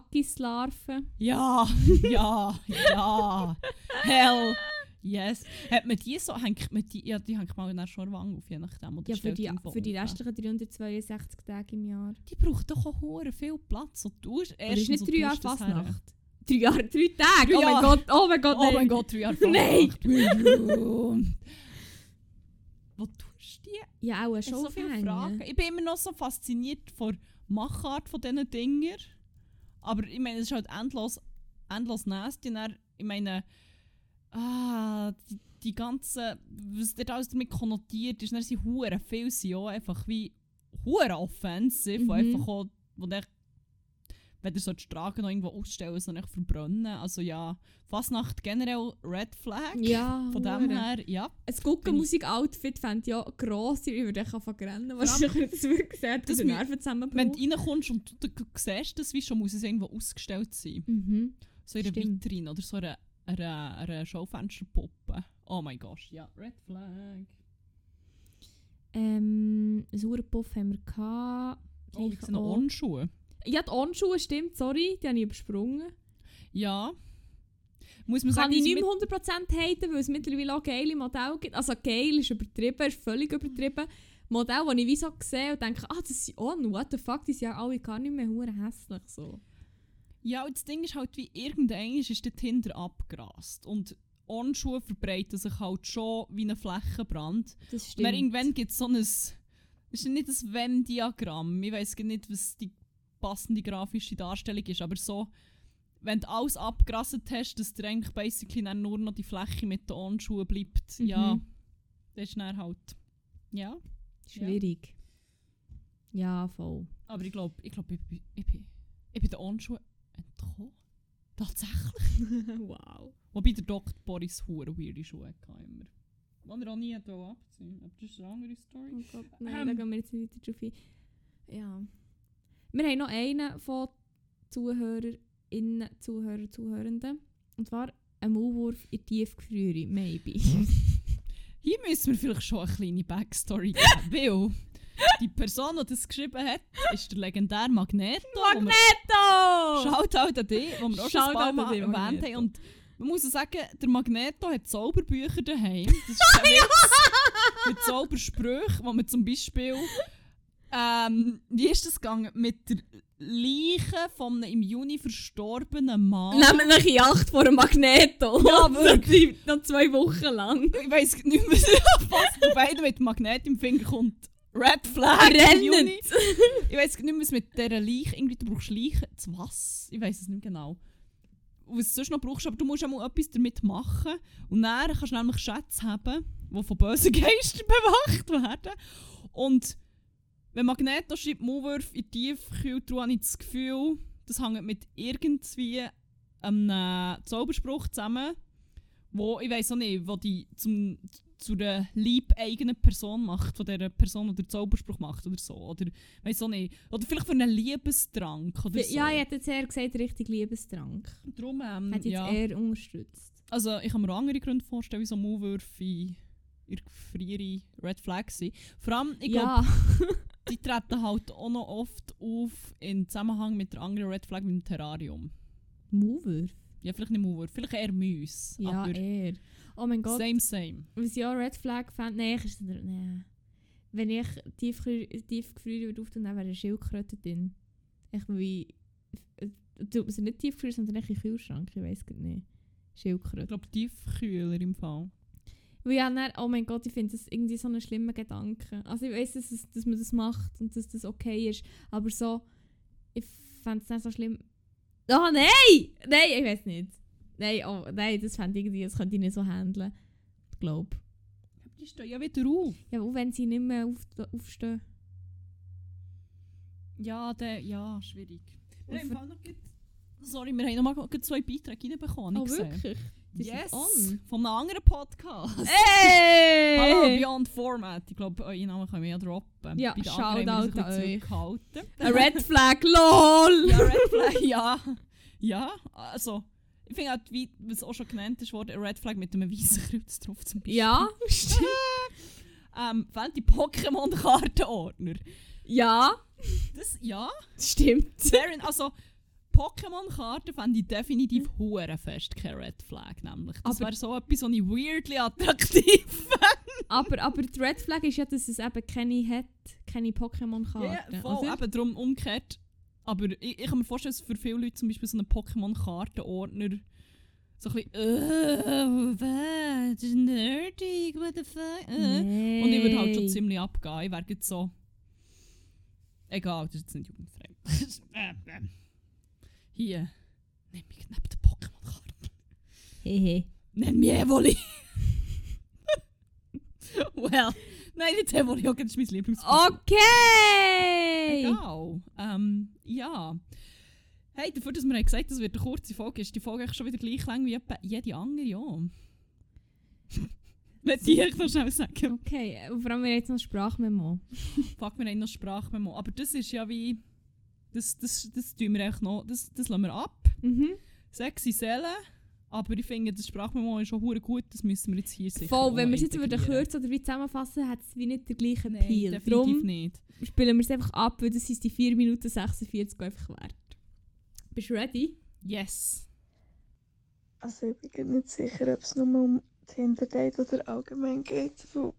Speaker 2: Wackislarven.
Speaker 1: Ja, ja, ja. Hell. Yes. Hat man die so, hängt man die, ja, die hängt man dann schon an der Wange auf, je nachdem. Oder
Speaker 2: Ja, für
Speaker 1: stellt
Speaker 2: die,
Speaker 1: irgendwo
Speaker 2: für die
Speaker 1: auf.
Speaker 2: restlichen 362 Tage im Jahr.
Speaker 1: Die braucht doch auch hure viel Platz. Und du
Speaker 2: Oder ist nicht
Speaker 1: und
Speaker 2: drei
Speaker 1: du
Speaker 2: Jahre
Speaker 1: hast das her.
Speaker 2: Fasnacht? Drei Jahre, drei Tage?
Speaker 1: Drei
Speaker 2: oh mein
Speaker 1: Jahre.
Speaker 2: Gott, oh mein Gott,
Speaker 1: Oh mein
Speaker 2: nein.
Speaker 1: Gott, drei Jahre
Speaker 2: Nein.
Speaker 1: Nein! Wo tust du die?
Speaker 2: Ja, auch
Speaker 1: Ich
Speaker 2: schon
Speaker 1: so viele Fragen. Ich bin immer noch so fasziniert von Machart von diesen Dinger. Aber ich meine, es ist halt endlos, endlos nasty. Und dann, Ich meine, ah, die, die ganze, was dort alles damit konnotiert ist, dann sind hure viele sind auch einfach wie hure offensiv,
Speaker 2: Mhm.
Speaker 1: wo einfach auch, wo dann weder so die Stragen noch irgendwo ausstellen, sondern echt verbrennen. Also ja, Fasnacht generell Red Flag.
Speaker 2: Ja,
Speaker 1: Von dem
Speaker 2: hure.
Speaker 1: her, ja.
Speaker 2: Ein Guckenmusik-Outfit fände ich ja gross, ich würde anfangen zu rennen, was ich jetzt wirklich sehe, dass
Speaker 1: Das
Speaker 2: die
Speaker 1: mü-
Speaker 2: Nerven
Speaker 1: Wenn
Speaker 2: zusammenbrauchen.
Speaker 1: du reinkommst und du, du siehst das wie schon, muss es irgendwo ausgestellt sein.
Speaker 2: Mhm.
Speaker 1: So in einer
Speaker 2: Stimmt.
Speaker 1: Vitrine oder so einer eine, eine Schaufensterpuppe. Oh mein Gott, ja, Red Flag.
Speaker 2: Ähm, einen Sauerpuff haben wir gehabt.
Speaker 1: Oh,
Speaker 2: Gleich
Speaker 1: ich sehe noch
Speaker 2: auch-
Speaker 1: Onschuhe.
Speaker 2: Ja, die Onschuhe, stimmt, sorry, die habe ich übersprungen.
Speaker 1: Ja. Muss man
Speaker 2: Kann
Speaker 1: sagen,
Speaker 2: ich
Speaker 1: dass
Speaker 2: nicht mehr 100% haten, weil es mittlerweile auch geile Modelle gibt. Also geil ist übertrieben, ist völlig
Speaker 1: Mhm.
Speaker 2: übertrieben. Modelle, die ich wie so sehe und denke, ah, das sind On, what the fuck, die sind ja alle gar nicht mehr hure hässlich. So.
Speaker 1: Ja, und das Ding ist halt, wie irgendwann ist der Tinder abgerast. Und Onschuhe verbreiten sich halt schon wie ein Flächenbrand.
Speaker 2: Das
Speaker 1: Und
Speaker 2: stimmt.
Speaker 1: dann irgendwann gibt es so ein. Ist nicht ein Venn-Diagramm. Ich weiß nicht, was die passende grafische Darstellung ist, aber so. Wenn du alles abgerasselt hast, dass dir eigentlich basically dann nur noch die Fläche mit den Onschuhen bleibt,
Speaker 2: Mhm.
Speaker 1: ja, das ist dann halt. Ja.
Speaker 2: Schwierig. ja voll.
Speaker 1: Aber ich glaube, ich, glaub, ich, bin- ich, bin- ich bin den Onschuhen entkommen. Tatsächlich.
Speaker 2: wow.
Speaker 1: Wobei der Dr. Boris hure weirde Schuhe hatte immer. Die er auch nie hat wollen abziehen Aber das ist eine andere Story.
Speaker 2: Oh Gott, nein, da
Speaker 1: Ähm.
Speaker 2: gehen wir jetzt nicht weiter drauf ein. Ja. Wir haben noch einen von ZuhörerInnen, Zuhörer, Zuhörenden. Und zwar ein Maulwurf in die Tiefgefriere, maybe.
Speaker 1: Hier müssen wir vielleicht schon eine kleine Backstory geben, weil die Person, die das geschrieben hat, ist der legendäre Magneto. wo wir-
Speaker 2: Magneto!
Speaker 1: Shoutout an dich, wo wir auch schon ein
Speaker 2: Shoutout
Speaker 1: paar
Speaker 2: an
Speaker 1: Mal
Speaker 2: dich,
Speaker 1: erwähnt
Speaker 2: Magneto.
Speaker 1: haben. Und man muss ja sagen, der Magneto hat Zauberbücher daheim. Das ist kein Witz. Mit Zaubersprüchen, wo man zum Beispiel... Ähm, wie ist das gegangen? Mit der Leiche von einem im Juni verstorbenen Mann.
Speaker 2: Nehmen wir in Acht vor einem Magneto.
Speaker 1: Ja,
Speaker 2: das bleibt noch zwei Wochen lang.
Speaker 1: Ich weiß nicht mehr, was bei beiden mit dem Magnet im Finger kommt. Red Flag! im Juni.
Speaker 2: Rennend!
Speaker 1: Ich weiß nicht mehr, was mit dieser Leiche. Irgendwie, du brauchst Leiche zu was? Ich weiß es nicht genau. Und Was du sonst noch brauchst, aber du musst auch mal etwas damit machen. Und dann kannst du nämlich Schätze haben, die von bösen Geistern bewacht werden. Und wenn Magneto schreibt Maulwurf in die Tiefkühltruhe, habe ich das Gefühl, das hängt mit irgendwie einem Zauberspruch äh, zusammen, wo, ich weiß auch nicht, wo die zum, zu der liebeigenen Person macht, von dieser Person, die den Zauberspruch macht oder so. Oder weiß auch nicht. Oder vielleicht für einen Liebestrank oder so.
Speaker 2: Ja, ich hätte jetzt eher gesagt, richtig Liebestrank.
Speaker 1: Drum, ähm,
Speaker 2: Hätte ich jetzt
Speaker 1: ja.
Speaker 2: eher unterstützt.
Speaker 1: Also ich kann mir auch andere Gründe vorstellen, wieso Maulwürfe in in der Friere Red Flag sind. Vor allem, ich glaube,
Speaker 2: ja,
Speaker 1: die treten halt auch noch oft auf im Zusammenhang mit der anderen Red Flag mit dem Terrarium.
Speaker 2: Mover.
Speaker 1: Ja, vielleicht nicht Maulwürfe, vielleicht eher Mäuse.
Speaker 2: Ja,
Speaker 1: aber
Speaker 2: eher. Oh mein Gott.
Speaker 1: same, same.
Speaker 2: Was ich auch Red Flag fand, nein, ich ist nicht, nein. Wenn ich tiefgefror- tiefgefroren würde auftun, dann wäre eine Schildkröte drin. Ich wie... äh, Tut man sie nicht tiefgefroren, sondern echt in den Kühlschrank, ich weiß gar nicht.
Speaker 1: Ich
Speaker 2: Schildkröte.
Speaker 1: glaube, Tiefkühler im Fall.
Speaker 2: Weil ja, dann, oh mein Gott, ich finde das irgendwie so einen schlimmen Gedanken. Also ich weiß, dass, es- dass man das macht und dass das okay ist, aber so... Ich fände es nicht so schlimm... Oh nein! Nein, ich weiß nicht. Nein, oh, nein, das fände ich irgendwie, das könnte ich nicht so handeln. Ich glaube.
Speaker 1: Die stehen ja wieder auf.
Speaker 2: Ja, auch wenn sie nicht mehr auf, aufstehen.
Speaker 1: Ja, der, ja, schwierig. Wir
Speaker 2: Und
Speaker 1: haben im
Speaker 2: für-
Speaker 1: Fall noch grad- Sorry, wir haben nochmal grad zwei Beiträge reinbekommen.
Speaker 2: Oh,
Speaker 1: ich sehe.
Speaker 2: wirklich? Das
Speaker 1: Yes!
Speaker 2: ist on.
Speaker 1: Von einem anderen Podcast.
Speaker 2: Hey!
Speaker 1: Hallo, Beyond Format. Ich glaube, eure Namen können wir ja droppen.
Speaker 2: Ja,
Speaker 1: Bei den anderen haben
Speaker 2: Shoutout
Speaker 1: wir uns ein bisschen
Speaker 2: an
Speaker 1: zurückgehalten.
Speaker 2: A red flag, lol!
Speaker 1: Ja, Red Flag, ja. Ja, also. Ich finde halt, wie es auch schon genannt ist, wurde ein Red Flag mit einem weißen Kreuz drauf zum Beispiel.
Speaker 2: Ja, stimmt.
Speaker 1: Ähm, wenn die Pokémon-Kartenordner.
Speaker 2: Ja,
Speaker 1: Das, ja.
Speaker 2: stimmt.
Speaker 1: Darren, also Pokémon-Karten fände ich definitiv hure fest keine Red Flag, nämlich. Das
Speaker 2: Mhm. Aber-
Speaker 1: wäre so etwas, was ich weirdly attraktiv
Speaker 2: Aber, aber die Red Flag ist ja, dass es eben keine hat, keine
Speaker 1: Ja,
Speaker 2: Pokémon-Karten.
Speaker 1: voll,
Speaker 2: oder?
Speaker 1: eben darum umgekehrt. Aber ich, ich kann mir vorstellen, dass für viele Leute zum Beispiel so einen Pokémon-Kartenordner so ein bisschen «Äh, was? Das ist nerdy, what the fuck?» äh.
Speaker 2: Nee.
Speaker 1: Und ich würde halt schon ziemlich abgehen. Ich wäre jetzt so... Egal, das ist jetzt nicht jugendfrei. Hier. Nimm mich knapp die Pokémon-Karte.
Speaker 2: Hehe.
Speaker 1: Nenn mich Evoli. well. Nein, nicht Evoli, okay, das ist mein Lieblings.
Speaker 2: Okay!
Speaker 1: Egal. Ähm, ja. Hey, dafür, dass wir haben gesagt haben, das wird eine kurze Folge, ist die Folge eigentlich schon wieder gleich lang wie etwa jede andere, ja. Wenn die ich noch schnell sagen.
Speaker 2: Okay, und vor allem wir haben jetzt noch ein Sprachmemo.
Speaker 1: Fuck, wir haben noch Sprachmemo. Aber das ist ja wie... Das, das, das tun wir eigentlich noch... Das, das lassen wir ab.
Speaker 2: Mhm.
Speaker 1: Sexy Seelen. Aber ich finde, das Sprachmemo ist schon hure gut. Das müssen wir jetzt hier sicher
Speaker 2: Voll, wenn
Speaker 1: auch
Speaker 2: wir es jetzt würden
Speaker 1: integrieren.
Speaker 2: kürzen oder wie zusammenfassen, hat es wie nicht den gleichen
Speaker 1: Nein,
Speaker 2: Peel.
Speaker 1: definitiv
Speaker 2: Drum-
Speaker 1: nicht.
Speaker 2: spielen wir es einfach ab, weil das ist die 4 Minuten 46 einfach wert. Bist du ready?
Speaker 1: Yes.
Speaker 3: Also ich bin grad nicht sicher, ob es nur um Tinder Date oder allgemein geht. Weil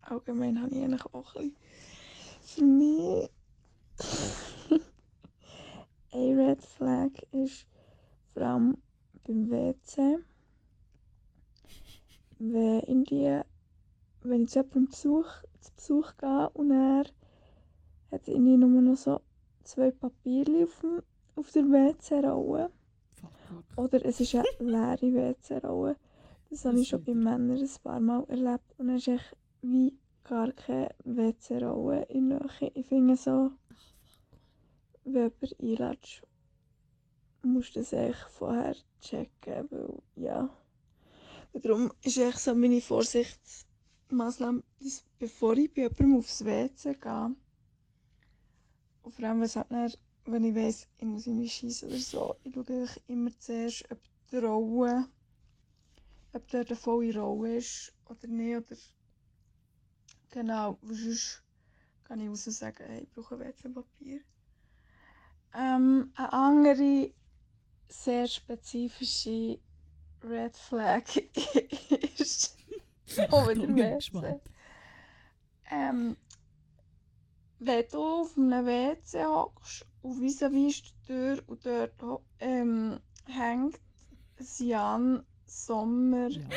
Speaker 3: allgemein habe ich eigentlich auch ein bisschen. Für mich. ein Red Flag ist vor allem beim WC. Wenn in die, wenn ich zu jemandem Besuch, zu Besuch gehe und er hat irgendwie nur noch so zwei Papiere auf, dem, auf der WC-Rolle.
Speaker 1: Fuck, fuck.
Speaker 3: Oder es ist eine leere WC-Rolle. Das habe
Speaker 1: Das
Speaker 3: ich schon
Speaker 1: ist
Speaker 3: bei Männern ein paar Mal erlebt. Und dann ist echt wie gar keine WC-Rolle in der Nähe. Ich finde so, wenn jemand einlädt, musst du das echt vorher checken. Weil, ja. Und darum ist echt so meine Vorsichtsmaßnahme, dass bevor ich bei jemandem aufs WC gehe, und vor allem, wenn es halt dann wenn ich weiss, ich muss in mich schießen oder so, ich schaue eigentlich immer zuerst, ob die Rolle, ob dort eine volle Rolle ist oder nicht. Oder genau, weil sonst kann ich raus und sagen, hey, ich brauche WC-Papier. Ähm, eine andere sehr spezifische Red Flag ist. Oh,
Speaker 1: Ich
Speaker 3: wieder
Speaker 1: bin
Speaker 3: WC.
Speaker 1: gespannt.
Speaker 3: Ähm, wenn du auf einem WC hockst und vis-à-vis ist die Tür und dort ho- ähm, hängt ein Jan Sommer
Speaker 1: Ja.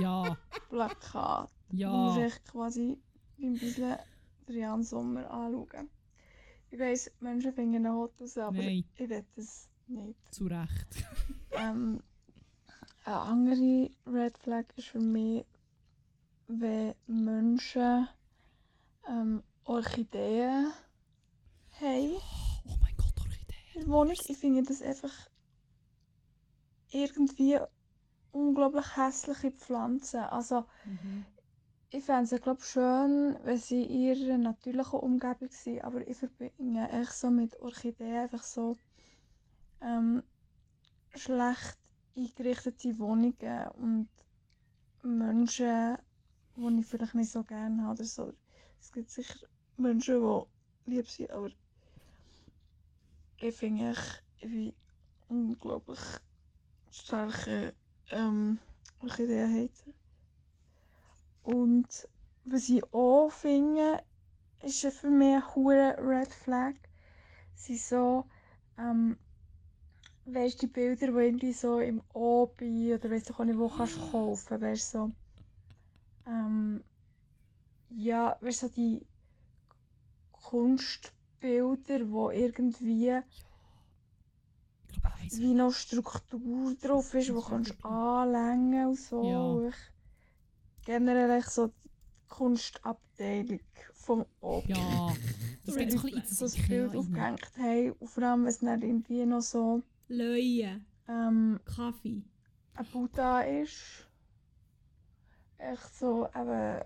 Speaker 1: Ja.
Speaker 3: Plakat, wo
Speaker 1: Ja.
Speaker 3: man sich quasi beim Bisschen den Jan Sommer anschauen. Ich weiss, Menschen finden ihn hot raus, aber
Speaker 1: Nein.
Speaker 3: ich will das nicht.
Speaker 1: Zu Recht.
Speaker 3: Ähm, eine andere Red Flag ist für mich, wenn Menschen ähm, Orchideen haben
Speaker 1: Oh mein Gott, Orchidee.
Speaker 3: in der Wohnung. Ich finde das einfach irgendwie unglaublich hässliche Pflanzen. Also ich fände es glaub, schön, wenn sie in ihrer natürlichen Umgebung sind, aber ich verbinde echt so mit Orchideen einfach so ähm, schlecht eingerichtete Wohnungen und Menschen, die ich vielleicht nicht so gerne habe. Oder so. Es gibt sicher Menschen, die lieb sind, aber ich finde echt wie unglaublich starke ähm, Orchideen haben. Und was ich auch finde, ist ja für mich eine hure Red Flag. Sie so, ähm, weißt du, die Bilder, die irgendwie so im Obi oder weißt du auch nicht, wo kannst du kaufen, weißt du, so. Ähm, ja, weißt du, so die Kunstbilder, die irgendwie
Speaker 1: Ich glaube, ich weiss
Speaker 3: wie noch Struktur drauf ist, wo
Speaker 1: Das
Speaker 3: kannst
Speaker 1: ist
Speaker 3: du anlängen und so.
Speaker 1: Ja.
Speaker 3: Ich, generell echt so die Kunstabteilung vom Obi.
Speaker 1: Ja, das geht so ein bisschen
Speaker 3: so
Speaker 1: ins
Speaker 3: das Bild
Speaker 1: Ikea rein.
Speaker 3: aufgehängt haben und vor allem, wenn es dann irgendwie noch so
Speaker 2: Löwen,
Speaker 3: ähm,
Speaker 2: Kaffee.
Speaker 3: ein Buddha ist. Echt so eben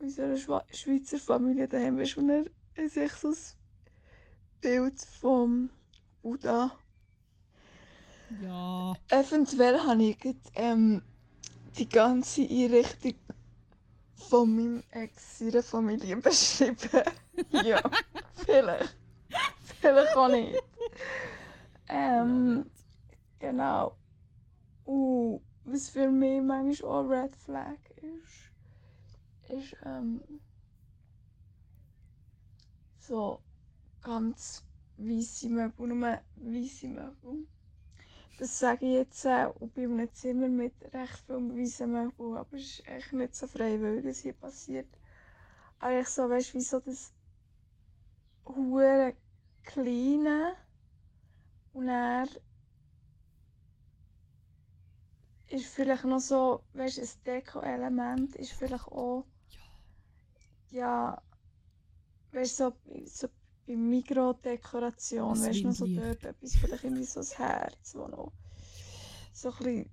Speaker 3: wie so eine Schwa Schweizer Familie daheim ist und er er sich so das Bild vom Buddha
Speaker 1: Ja,
Speaker 3: Eventuell habe ich gerade, ähm, die ganze Einrichtung von meinem Ex seiner Familie beschrieben. ja, vielleicht. Vielleicht auch nicht. Ähm, genau. Und was für mich manchmal auch Red Flag ist, ist ähm, so ganz weisse Möbel, nur weisse Möbel. Das sage ich jetzt äh, und bin in einem Zimmer mit recht viel weißem Möbel, aber es ist echt nicht so freiwillig, was hier passiert. Aber ich so, weißt du, wie so das hure kleine und er ist vielleicht noch so, weißt du, ein Deko-Element ist vielleicht auch, ja, weißt du, so, so bei Mikrodekoration,
Speaker 1: Ein
Speaker 3: weißt du, noch so
Speaker 1: Windlicht.
Speaker 3: dort etwas, vielleicht irgendwie so ein Herz, wo noch so ein bisschen äh,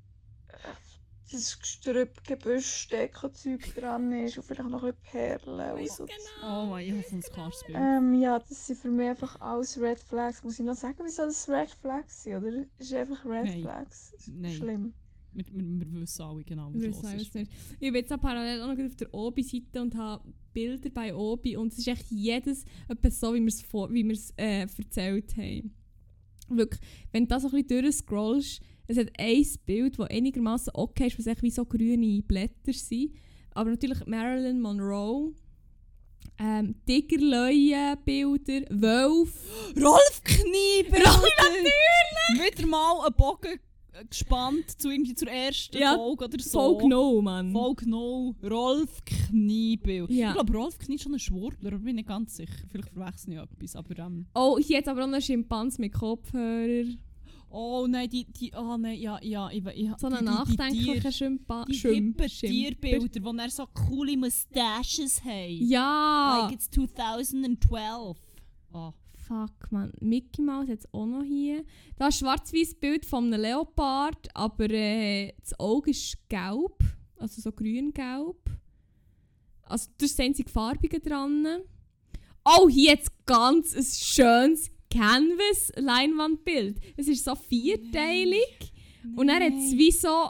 Speaker 3: das Gestrüpp, Gebüsch, Deko-Zeug dran ist und vielleicht noch ein bisschen Perlen und
Speaker 2: genau.
Speaker 3: so.
Speaker 1: oh mein, ich habe so ein klares
Speaker 2: Eh.
Speaker 1: Bild.
Speaker 3: Ähm, ja, das sind für mich einfach alles Red Flags. Muss ich noch sagen, wieso das Red Flags sind, oder? Es ist einfach Red
Speaker 1: Nein.
Speaker 3: Flags. Es ist
Speaker 1: Nein.
Speaker 3: Schlimm.
Speaker 1: Wir, wir, wir wissen alle genau, was
Speaker 2: Wir
Speaker 1: los
Speaker 2: sagen
Speaker 1: ist.
Speaker 2: es nicht. Ich bin jetzt auch parallel auch noch gerade auf der Obi-Seite und habe Bilder bei Obi und es ist echt jedes etwas so, wie wir es vor- wie wir es äh, erzählt haben. Wirklich, wenn du das so ein bisschen durchscrollst, es hat ein Bild, das einigermaßen okay ist, was echt wie so grüne Blätter sind. Aber natürlich Marilyn Monroe, ähm, Tigerlöwen-Bilder, Wölfe.
Speaker 1: Rolf Knieber! natürlich! Wieder mal einen Bogen äh, gespannt zu irgendwie zur ersten
Speaker 2: Ja,
Speaker 1: Folge oder so.
Speaker 2: So genau, Mann.
Speaker 1: Folge no, Rolf Kniebel.
Speaker 2: Ja.
Speaker 1: Ich glaube, Rolf Knie ist schon ein Schwurbler, aber bin nicht ganz sicher. Vielleicht verwechsel ich etwas, aber ähm,
Speaker 2: Oh, hier hat aber auch noch einen Schimpans mit Kopfhörer.
Speaker 1: Oh nein, die, die, ah nein, ja, ja, ich, ich
Speaker 2: So
Speaker 1: die-
Speaker 2: einen
Speaker 1: die- die
Speaker 2: nachdenklichen
Speaker 1: Tier-
Speaker 2: Schimpan.
Speaker 1: Die
Speaker 2: Schim-
Speaker 1: hippen
Speaker 2: Schimper.
Speaker 1: Tierbilder, wo er so coole Mustaches haben.
Speaker 2: Ja!
Speaker 1: Like it's 2012. Ah,
Speaker 2: Fuck, man. Mickey Mouse hat es auch noch hier. Da ist schwarz weiß Bild von einem Leopard, aber äh, das Auge ist gelb. Also so grün-gelb. Also da sind sie Farbigen dran. Oh, hier jetzt ganz ein schönes Canvas-Leinwandbild. Es ist so vierteilig. Und dann hat es wie so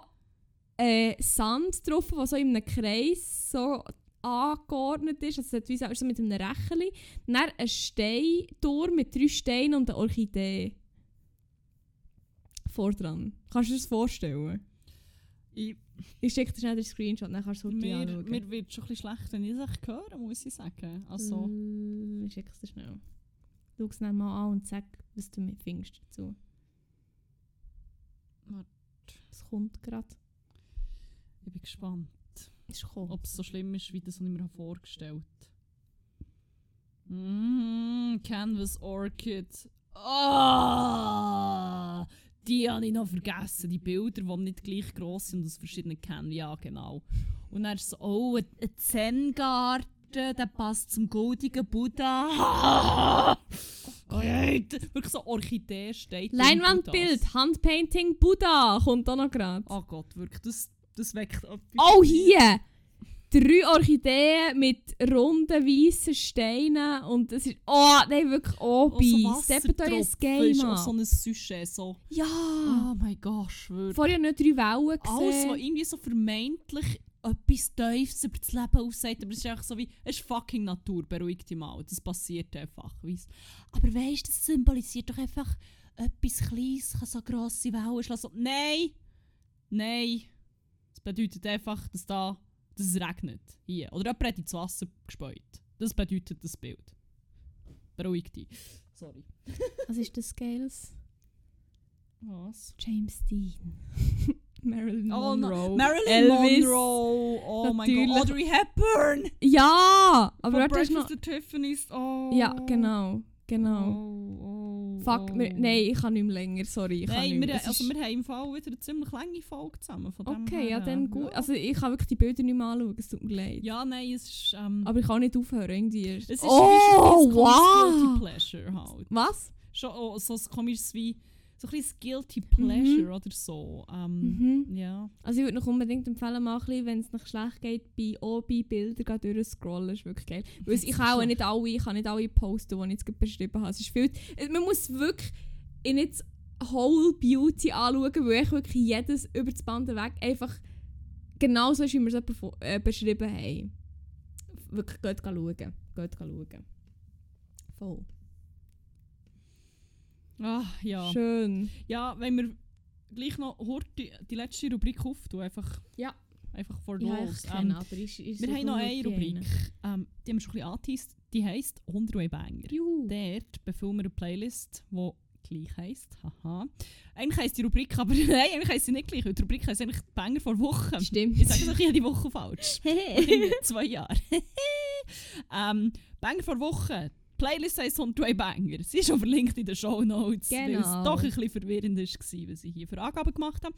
Speaker 2: äh, Sand drauf, der so in einem Kreis so angeordnet ist. Also es hat wie so, ist so mit einem Rächeli. Dann ein Steinturm mit drei Steinen und einer Orchidee. Vordran. Kannst du dir das vorstellen?
Speaker 1: ich,
Speaker 2: Ich schicke dir schnell den Screenshot, dann kannst du es dir
Speaker 1: mir,
Speaker 2: anschauen.
Speaker 1: mir wird schon ein bisschen schlecht, wenn ich es echt höre, muss ich sagen. Also,
Speaker 2: Mm, Ich schicke es dir schnell. Schau es dann mal an und sag, was du mir findest dazu.
Speaker 1: Warte.
Speaker 2: Es kommt gerade.
Speaker 1: ich bin gespannt,
Speaker 2: Es ist gekommen.
Speaker 1: ob es so schlimm ist, wie das was ich mir habe vorgestellt Mm, Canvas Orchid. Ah! Die habe ich noch vergessen. Die Bilder, die nicht gleich gross sind und aus verschiedenen Canvas. Ja, genau. Und dann ist so, oh, ein ein
Speaker 2: Oh,
Speaker 1: Zen-Garten, der passt zum goldigen Buddha. geht. Wirklich so Orchidee steht. im Buddhas.
Speaker 2: Leinwandbild, Handpainting Buddha kommt auch noch gerade.
Speaker 1: Oh Gott, wirklich, das, das weckt etwas.
Speaker 2: Oh, hier! Drei Orchideen mit runden, weißen Steinen und das ist... Oh, nein, wirklich
Speaker 1: Oh, so
Speaker 2: Obi. Steppt euch ein
Speaker 1: Wassertropfen
Speaker 2: Game
Speaker 1: ist auch so
Speaker 2: an.
Speaker 1: ein Sujet, so.
Speaker 2: Ja!
Speaker 1: Oh mein Gott, schwör.
Speaker 2: Vorher nicht drei Wellen
Speaker 1: Alles,
Speaker 2: gesehen.
Speaker 1: was irgendwie so vermeintlich etwas Teufels über das Leben aussagt, aber es ist einfach so wie, es ist fucking Natur, beruhigt dich mal, das passiert einfach, weißt Aber weißt du, das symbolisiert doch einfach etwas Kleines, kann so grosse Wellen schlagen, so, nein, nein, das bedeutet einfach, dass da, dass es regnet, hier, oder jemand hat ins Wasser gespeut, das bedeutet das Bild. Beruhigt dich. Sorry.
Speaker 2: Was ist das Scales?
Speaker 1: Was?
Speaker 2: James Dean. Marilyn
Speaker 1: Oh,
Speaker 2: Monroe.
Speaker 1: no. Marilyn
Speaker 2: Elvis. Oh,
Speaker 1: Monroe! Oh mein Gott,
Speaker 2: Natürlich.
Speaker 1: Audrey Hepburn!
Speaker 2: Ja! Aber
Speaker 1: Von
Speaker 2: warte, ist noch...
Speaker 1: Breakfast at Tiffany's. Oh.
Speaker 2: Ja, genau. Genau.
Speaker 1: Oh, oh,
Speaker 2: Fuck,
Speaker 1: oh.
Speaker 2: wir, nein, ich kann nicht mehr länger, sorry. Ich kann
Speaker 1: Nein,
Speaker 2: nicht
Speaker 1: wir,
Speaker 2: mehr. Es
Speaker 1: also
Speaker 2: ist-
Speaker 1: wir haben im Fall wieder eine ziemlich lange Folge zusammen. Von dem
Speaker 2: Okay, ja,
Speaker 1: her,
Speaker 2: dann gut.
Speaker 1: Ja,
Speaker 2: Also ich kann wirklich die Bilder nicht mehr anschauen, es tut mir leid.
Speaker 1: ehm, ja nein, es ist. Ähm,
Speaker 2: Aber ich kann auch nicht aufhören, irgendwie.
Speaker 1: es ist
Speaker 2: oh,
Speaker 1: wie so ein kleines Guilty
Speaker 2: wow!
Speaker 1: Pleasure halt.
Speaker 2: Was?
Speaker 1: Schon oh, so ein komisches wie. So ein kleines Guilty Pleasure oder so. Ähm,
Speaker 2: Mhm.
Speaker 1: Ja.
Speaker 2: Also ich würde noch unbedingt empfehlen, mal ein bisschen, wenn es noch schlecht geht, bei OB-Bilder gerade durchscrollen, ist wirklich geil. Weil es- ich kann auch nicht alle, ich kann nicht alle posten, die ich jetzt gerade beschrieben habe. Es ist viel, es- man muss wirklich in its whole beauty anschauen, weil ich wirklich jedes über das Band weg einfach genau so ist, wie wir es etwa vor- äh, beschrieben haben. Wirklich gut schauen. Geht schauen. Voll.
Speaker 1: Ah, ja.
Speaker 2: Schön.
Speaker 1: Ja, wenn wir gleich noch Horti, die letzte Rubrik auftun, einfach.
Speaker 2: Ja.
Speaker 1: Einfach vor
Speaker 2: Ja,
Speaker 1: los.
Speaker 2: ich
Speaker 1: Ähm,
Speaker 2: kenne, aber ist, ist
Speaker 1: Wir
Speaker 2: so
Speaker 1: haben noch
Speaker 2: nur
Speaker 1: eine
Speaker 2: die
Speaker 1: Rubrik,
Speaker 2: eine.
Speaker 1: ähm, die haben wir schon ein bisschen angeteased. Die heisst 100 Way Banger.
Speaker 2: Juhu.
Speaker 1: Dort befüllen wir eine Playlist, die gleich heisst. Haha. Eigentlich heisst die Rubrik, aber nein, eigentlich heisst sie nicht gleich. weil Die Rubrik heisst eigentlich Banger vor Wochen.
Speaker 2: Stimmt.
Speaker 1: Ich sage es auch jede Woche falsch. In zwei Jahren. ähm, Banger vor Wochen. Die Playlist heisst 100 Way Banger. Sie ist schon verlinkt in den Show Notes, weil es
Speaker 2: Genau.
Speaker 1: doch ein bisschen verwirrend war, was ich hier für Angaben gemacht habe.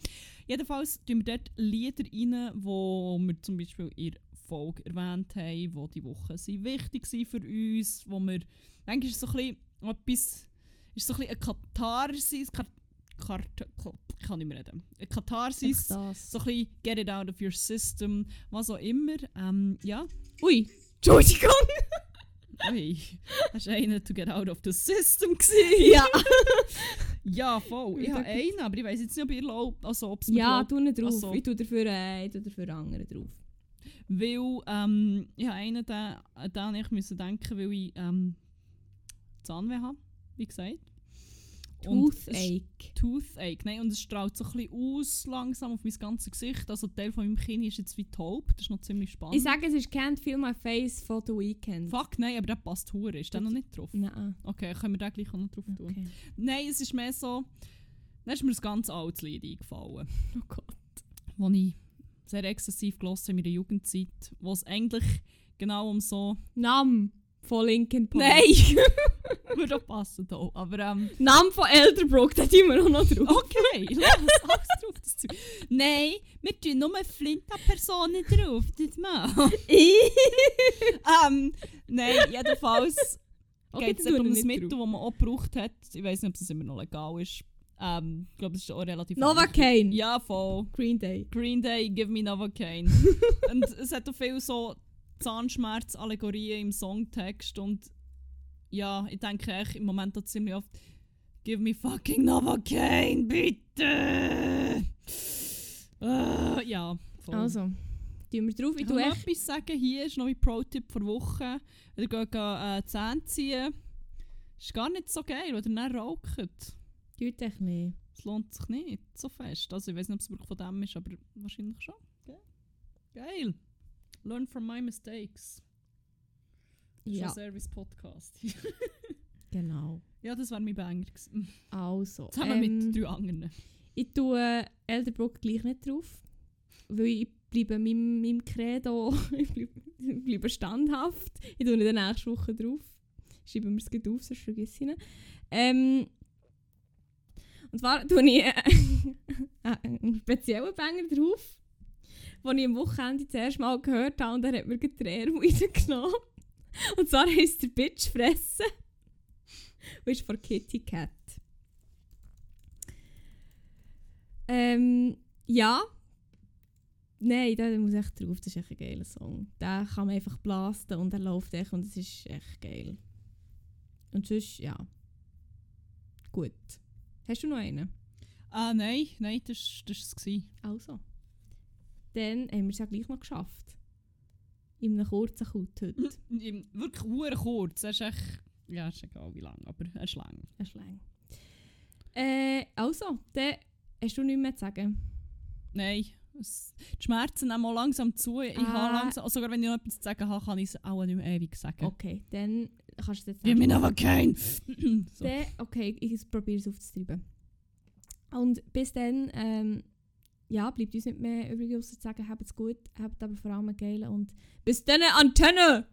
Speaker 1: Jedenfalls tun wir dort Lieder rein, die wir zum Beispiel in der Folge erwähnt haben, die die Woche sind wichtig waren für uns, wo wir manchmal ist so ein bisschen etwas, ist so ein bisschen eine Katharsis, Kat, Kat, ich kann nicht mehr reden, eine Katharsis, so ein
Speaker 2: das.
Speaker 1: bisschen get it out of your system, was auch immer, ähm, ja.
Speaker 2: Ui. Entschuldigung.
Speaker 1: Ui, hast du einen to get out of the system gesehen?
Speaker 2: Ja.
Speaker 1: Ja, voll. Ich
Speaker 2: Ja,
Speaker 1: habe
Speaker 2: gut.
Speaker 1: einen, aber ich weiß jetzt nicht, ob ihr glaubt, also ob es mir
Speaker 2: Ja,
Speaker 1: glaubt.
Speaker 2: tu nicht drauf.
Speaker 1: Ach so.
Speaker 2: Ich tue dafür, äh, ich tue dafür anderen drauf.
Speaker 1: Weil ähm, ich habe einen, den, an den ich musste denken, weil ich ähm, Zahnweh habe, wie gesagt. Und es-
Speaker 2: Toothache.
Speaker 1: Toothache, nein, und es strahlt so ein bisschen aus langsam auf mein ganzes Gesicht. Also ein Teil von meinem Kinn ist jetzt wie taub, das ist noch ziemlich spannend.
Speaker 2: Ich sage, es ist Can't Feel My Face von The Weeknd.
Speaker 1: Fuck, nein, aber der passt hure, ist der noch nicht drauf?
Speaker 2: Nein.
Speaker 1: Okay, können wir da gleich auch noch drauf tun.
Speaker 2: Okay.
Speaker 1: Nein, es ist mehr so, dann ist mir ein ganz altes Lied eingefallen.
Speaker 2: Oh Gott.
Speaker 1: das ich sehr exzessiv gehört habe in meiner Jugendzeit, wo es eigentlich genau um so...
Speaker 2: Nam von Linkin Park.
Speaker 1: Nein! Würde auch passen da, aber ähm...
Speaker 2: Nam von Elderbrook, da tun wir auch noch drauf.
Speaker 1: Okay, lass alles drauf, das Zeug. Nein, wir tun nur Flinta-Personen drauf, das mal. ähm, nein, jedenfalls
Speaker 2: Okay,
Speaker 1: geht
Speaker 2: dann
Speaker 1: es
Speaker 2: tun wir
Speaker 1: um das
Speaker 2: nicht
Speaker 1: Mittel, das
Speaker 2: drauf.
Speaker 1: man auch gebraucht hat. Ich weiß nicht, ob es immer noch legal ist. Ähm, ich glaube, es ist auch relativ...
Speaker 2: Novocaine.
Speaker 1: Ja, voll.
Speaker 2: Green Day.
Speaker 1: Green Day, give me Novocaine. und es hat auch viel so Zahnschmerz-Allegorien im Songtext und ja, ich denke echt im Moment auch ziemlich oft Give me fucking Novocaine, bitte! Äh, ja, voll.
Speaker 2: Also, tun Oh. wir drauf.
Speaker 1: ich will
Speaker 2: Ich tue
Speaker 1: noch
Speaker 2: echt...
Speaker 1: etwas sagen, hier ist noch mein Pro-Tipp vor Woche. Wenn ihr geht, äh, die Zähne ziehen, ist gar nicht so geil, wenn ihr dann raucht.
Speaker 2: Tut echt nicht.
Speaker 1: Es lohnt sich nicht so fest. Also ich weiß nicht, ob es wirklich von dem ist, aber wahrscheinlich schon. Gell? Geil! Learn from my mistakes. Ja.
Speaker 2: Ja,
Speaker 1: Service Podcast.
Speaker 2: genau.
Speaker 1: ja, das wäre mein Banger gewesen.
Speaker 2: Also,
Speaker 1: Zusammen
Speaker 2: ähm,
Speaker 1: mit drei anderen.
Speaker 2: Ich tue Elderbrook gleich nicht drauf, weil ich bleibe meinem, meinem Credo, ich bleibe, ich bleibe standhaft. Ich tue nicht dann nächste Woche drauf. Schreiben wir es gleich auf, sonst vergiss ich ihn. Ähm, und zwar tue ich äh, einen speziellen Banger drauf, den ich am Wochenende zuerst mal gehört habe und dann hat mir gerade die Tränen rausgenommen. Und zwar heisst der Bitch fressen. Und ist von Kitty Cat. Ähm, ja. Nein, da muss ich echt drauf, das ist echt ein geiler Song. Da kann man einfach blasten und er läuft echt und es ist echt geil. Und sonst, ja. Gut. Hast du noch einen?
Speaker 1: Ah, nein, nein, das war es. gewesen.
Speaker 2: Also. Dann haben wir es ja gleich noch geschafft. In einem kurzen Kut heute.
Speaker 1: Im- Wirklich hure kurz. Er ist echt. Ja, ist egal wie lang, aber er ist lang.
Speaker 2: Das ist lang. Äh, also, dann hast du nichts mehr zu sagen.
Speaker 1: Nein. Es, die Schmerzen nehmen auch langsam zu. Ich
Speaker 2: Ah.
Speaker 1: habe langsam, also sogar wenn ich noch etwas zu sagen habe, kann ich es auch nicht mehr ewig sagen.
Speaker 2: Okay, dann kannst du es jetzt
Speaker 1: Give me
Speaker 2: sagen.
Speaker 1: another cane! so.
Speaker 2: Dann, okay, ich probiere es aufzutreiben. Und bis dann, ähm, ja, bleibt uns nicht mehr übrig, außer zu sagen, habt es gut, habt aber vor allem einen geilen und bis dann, Antenne!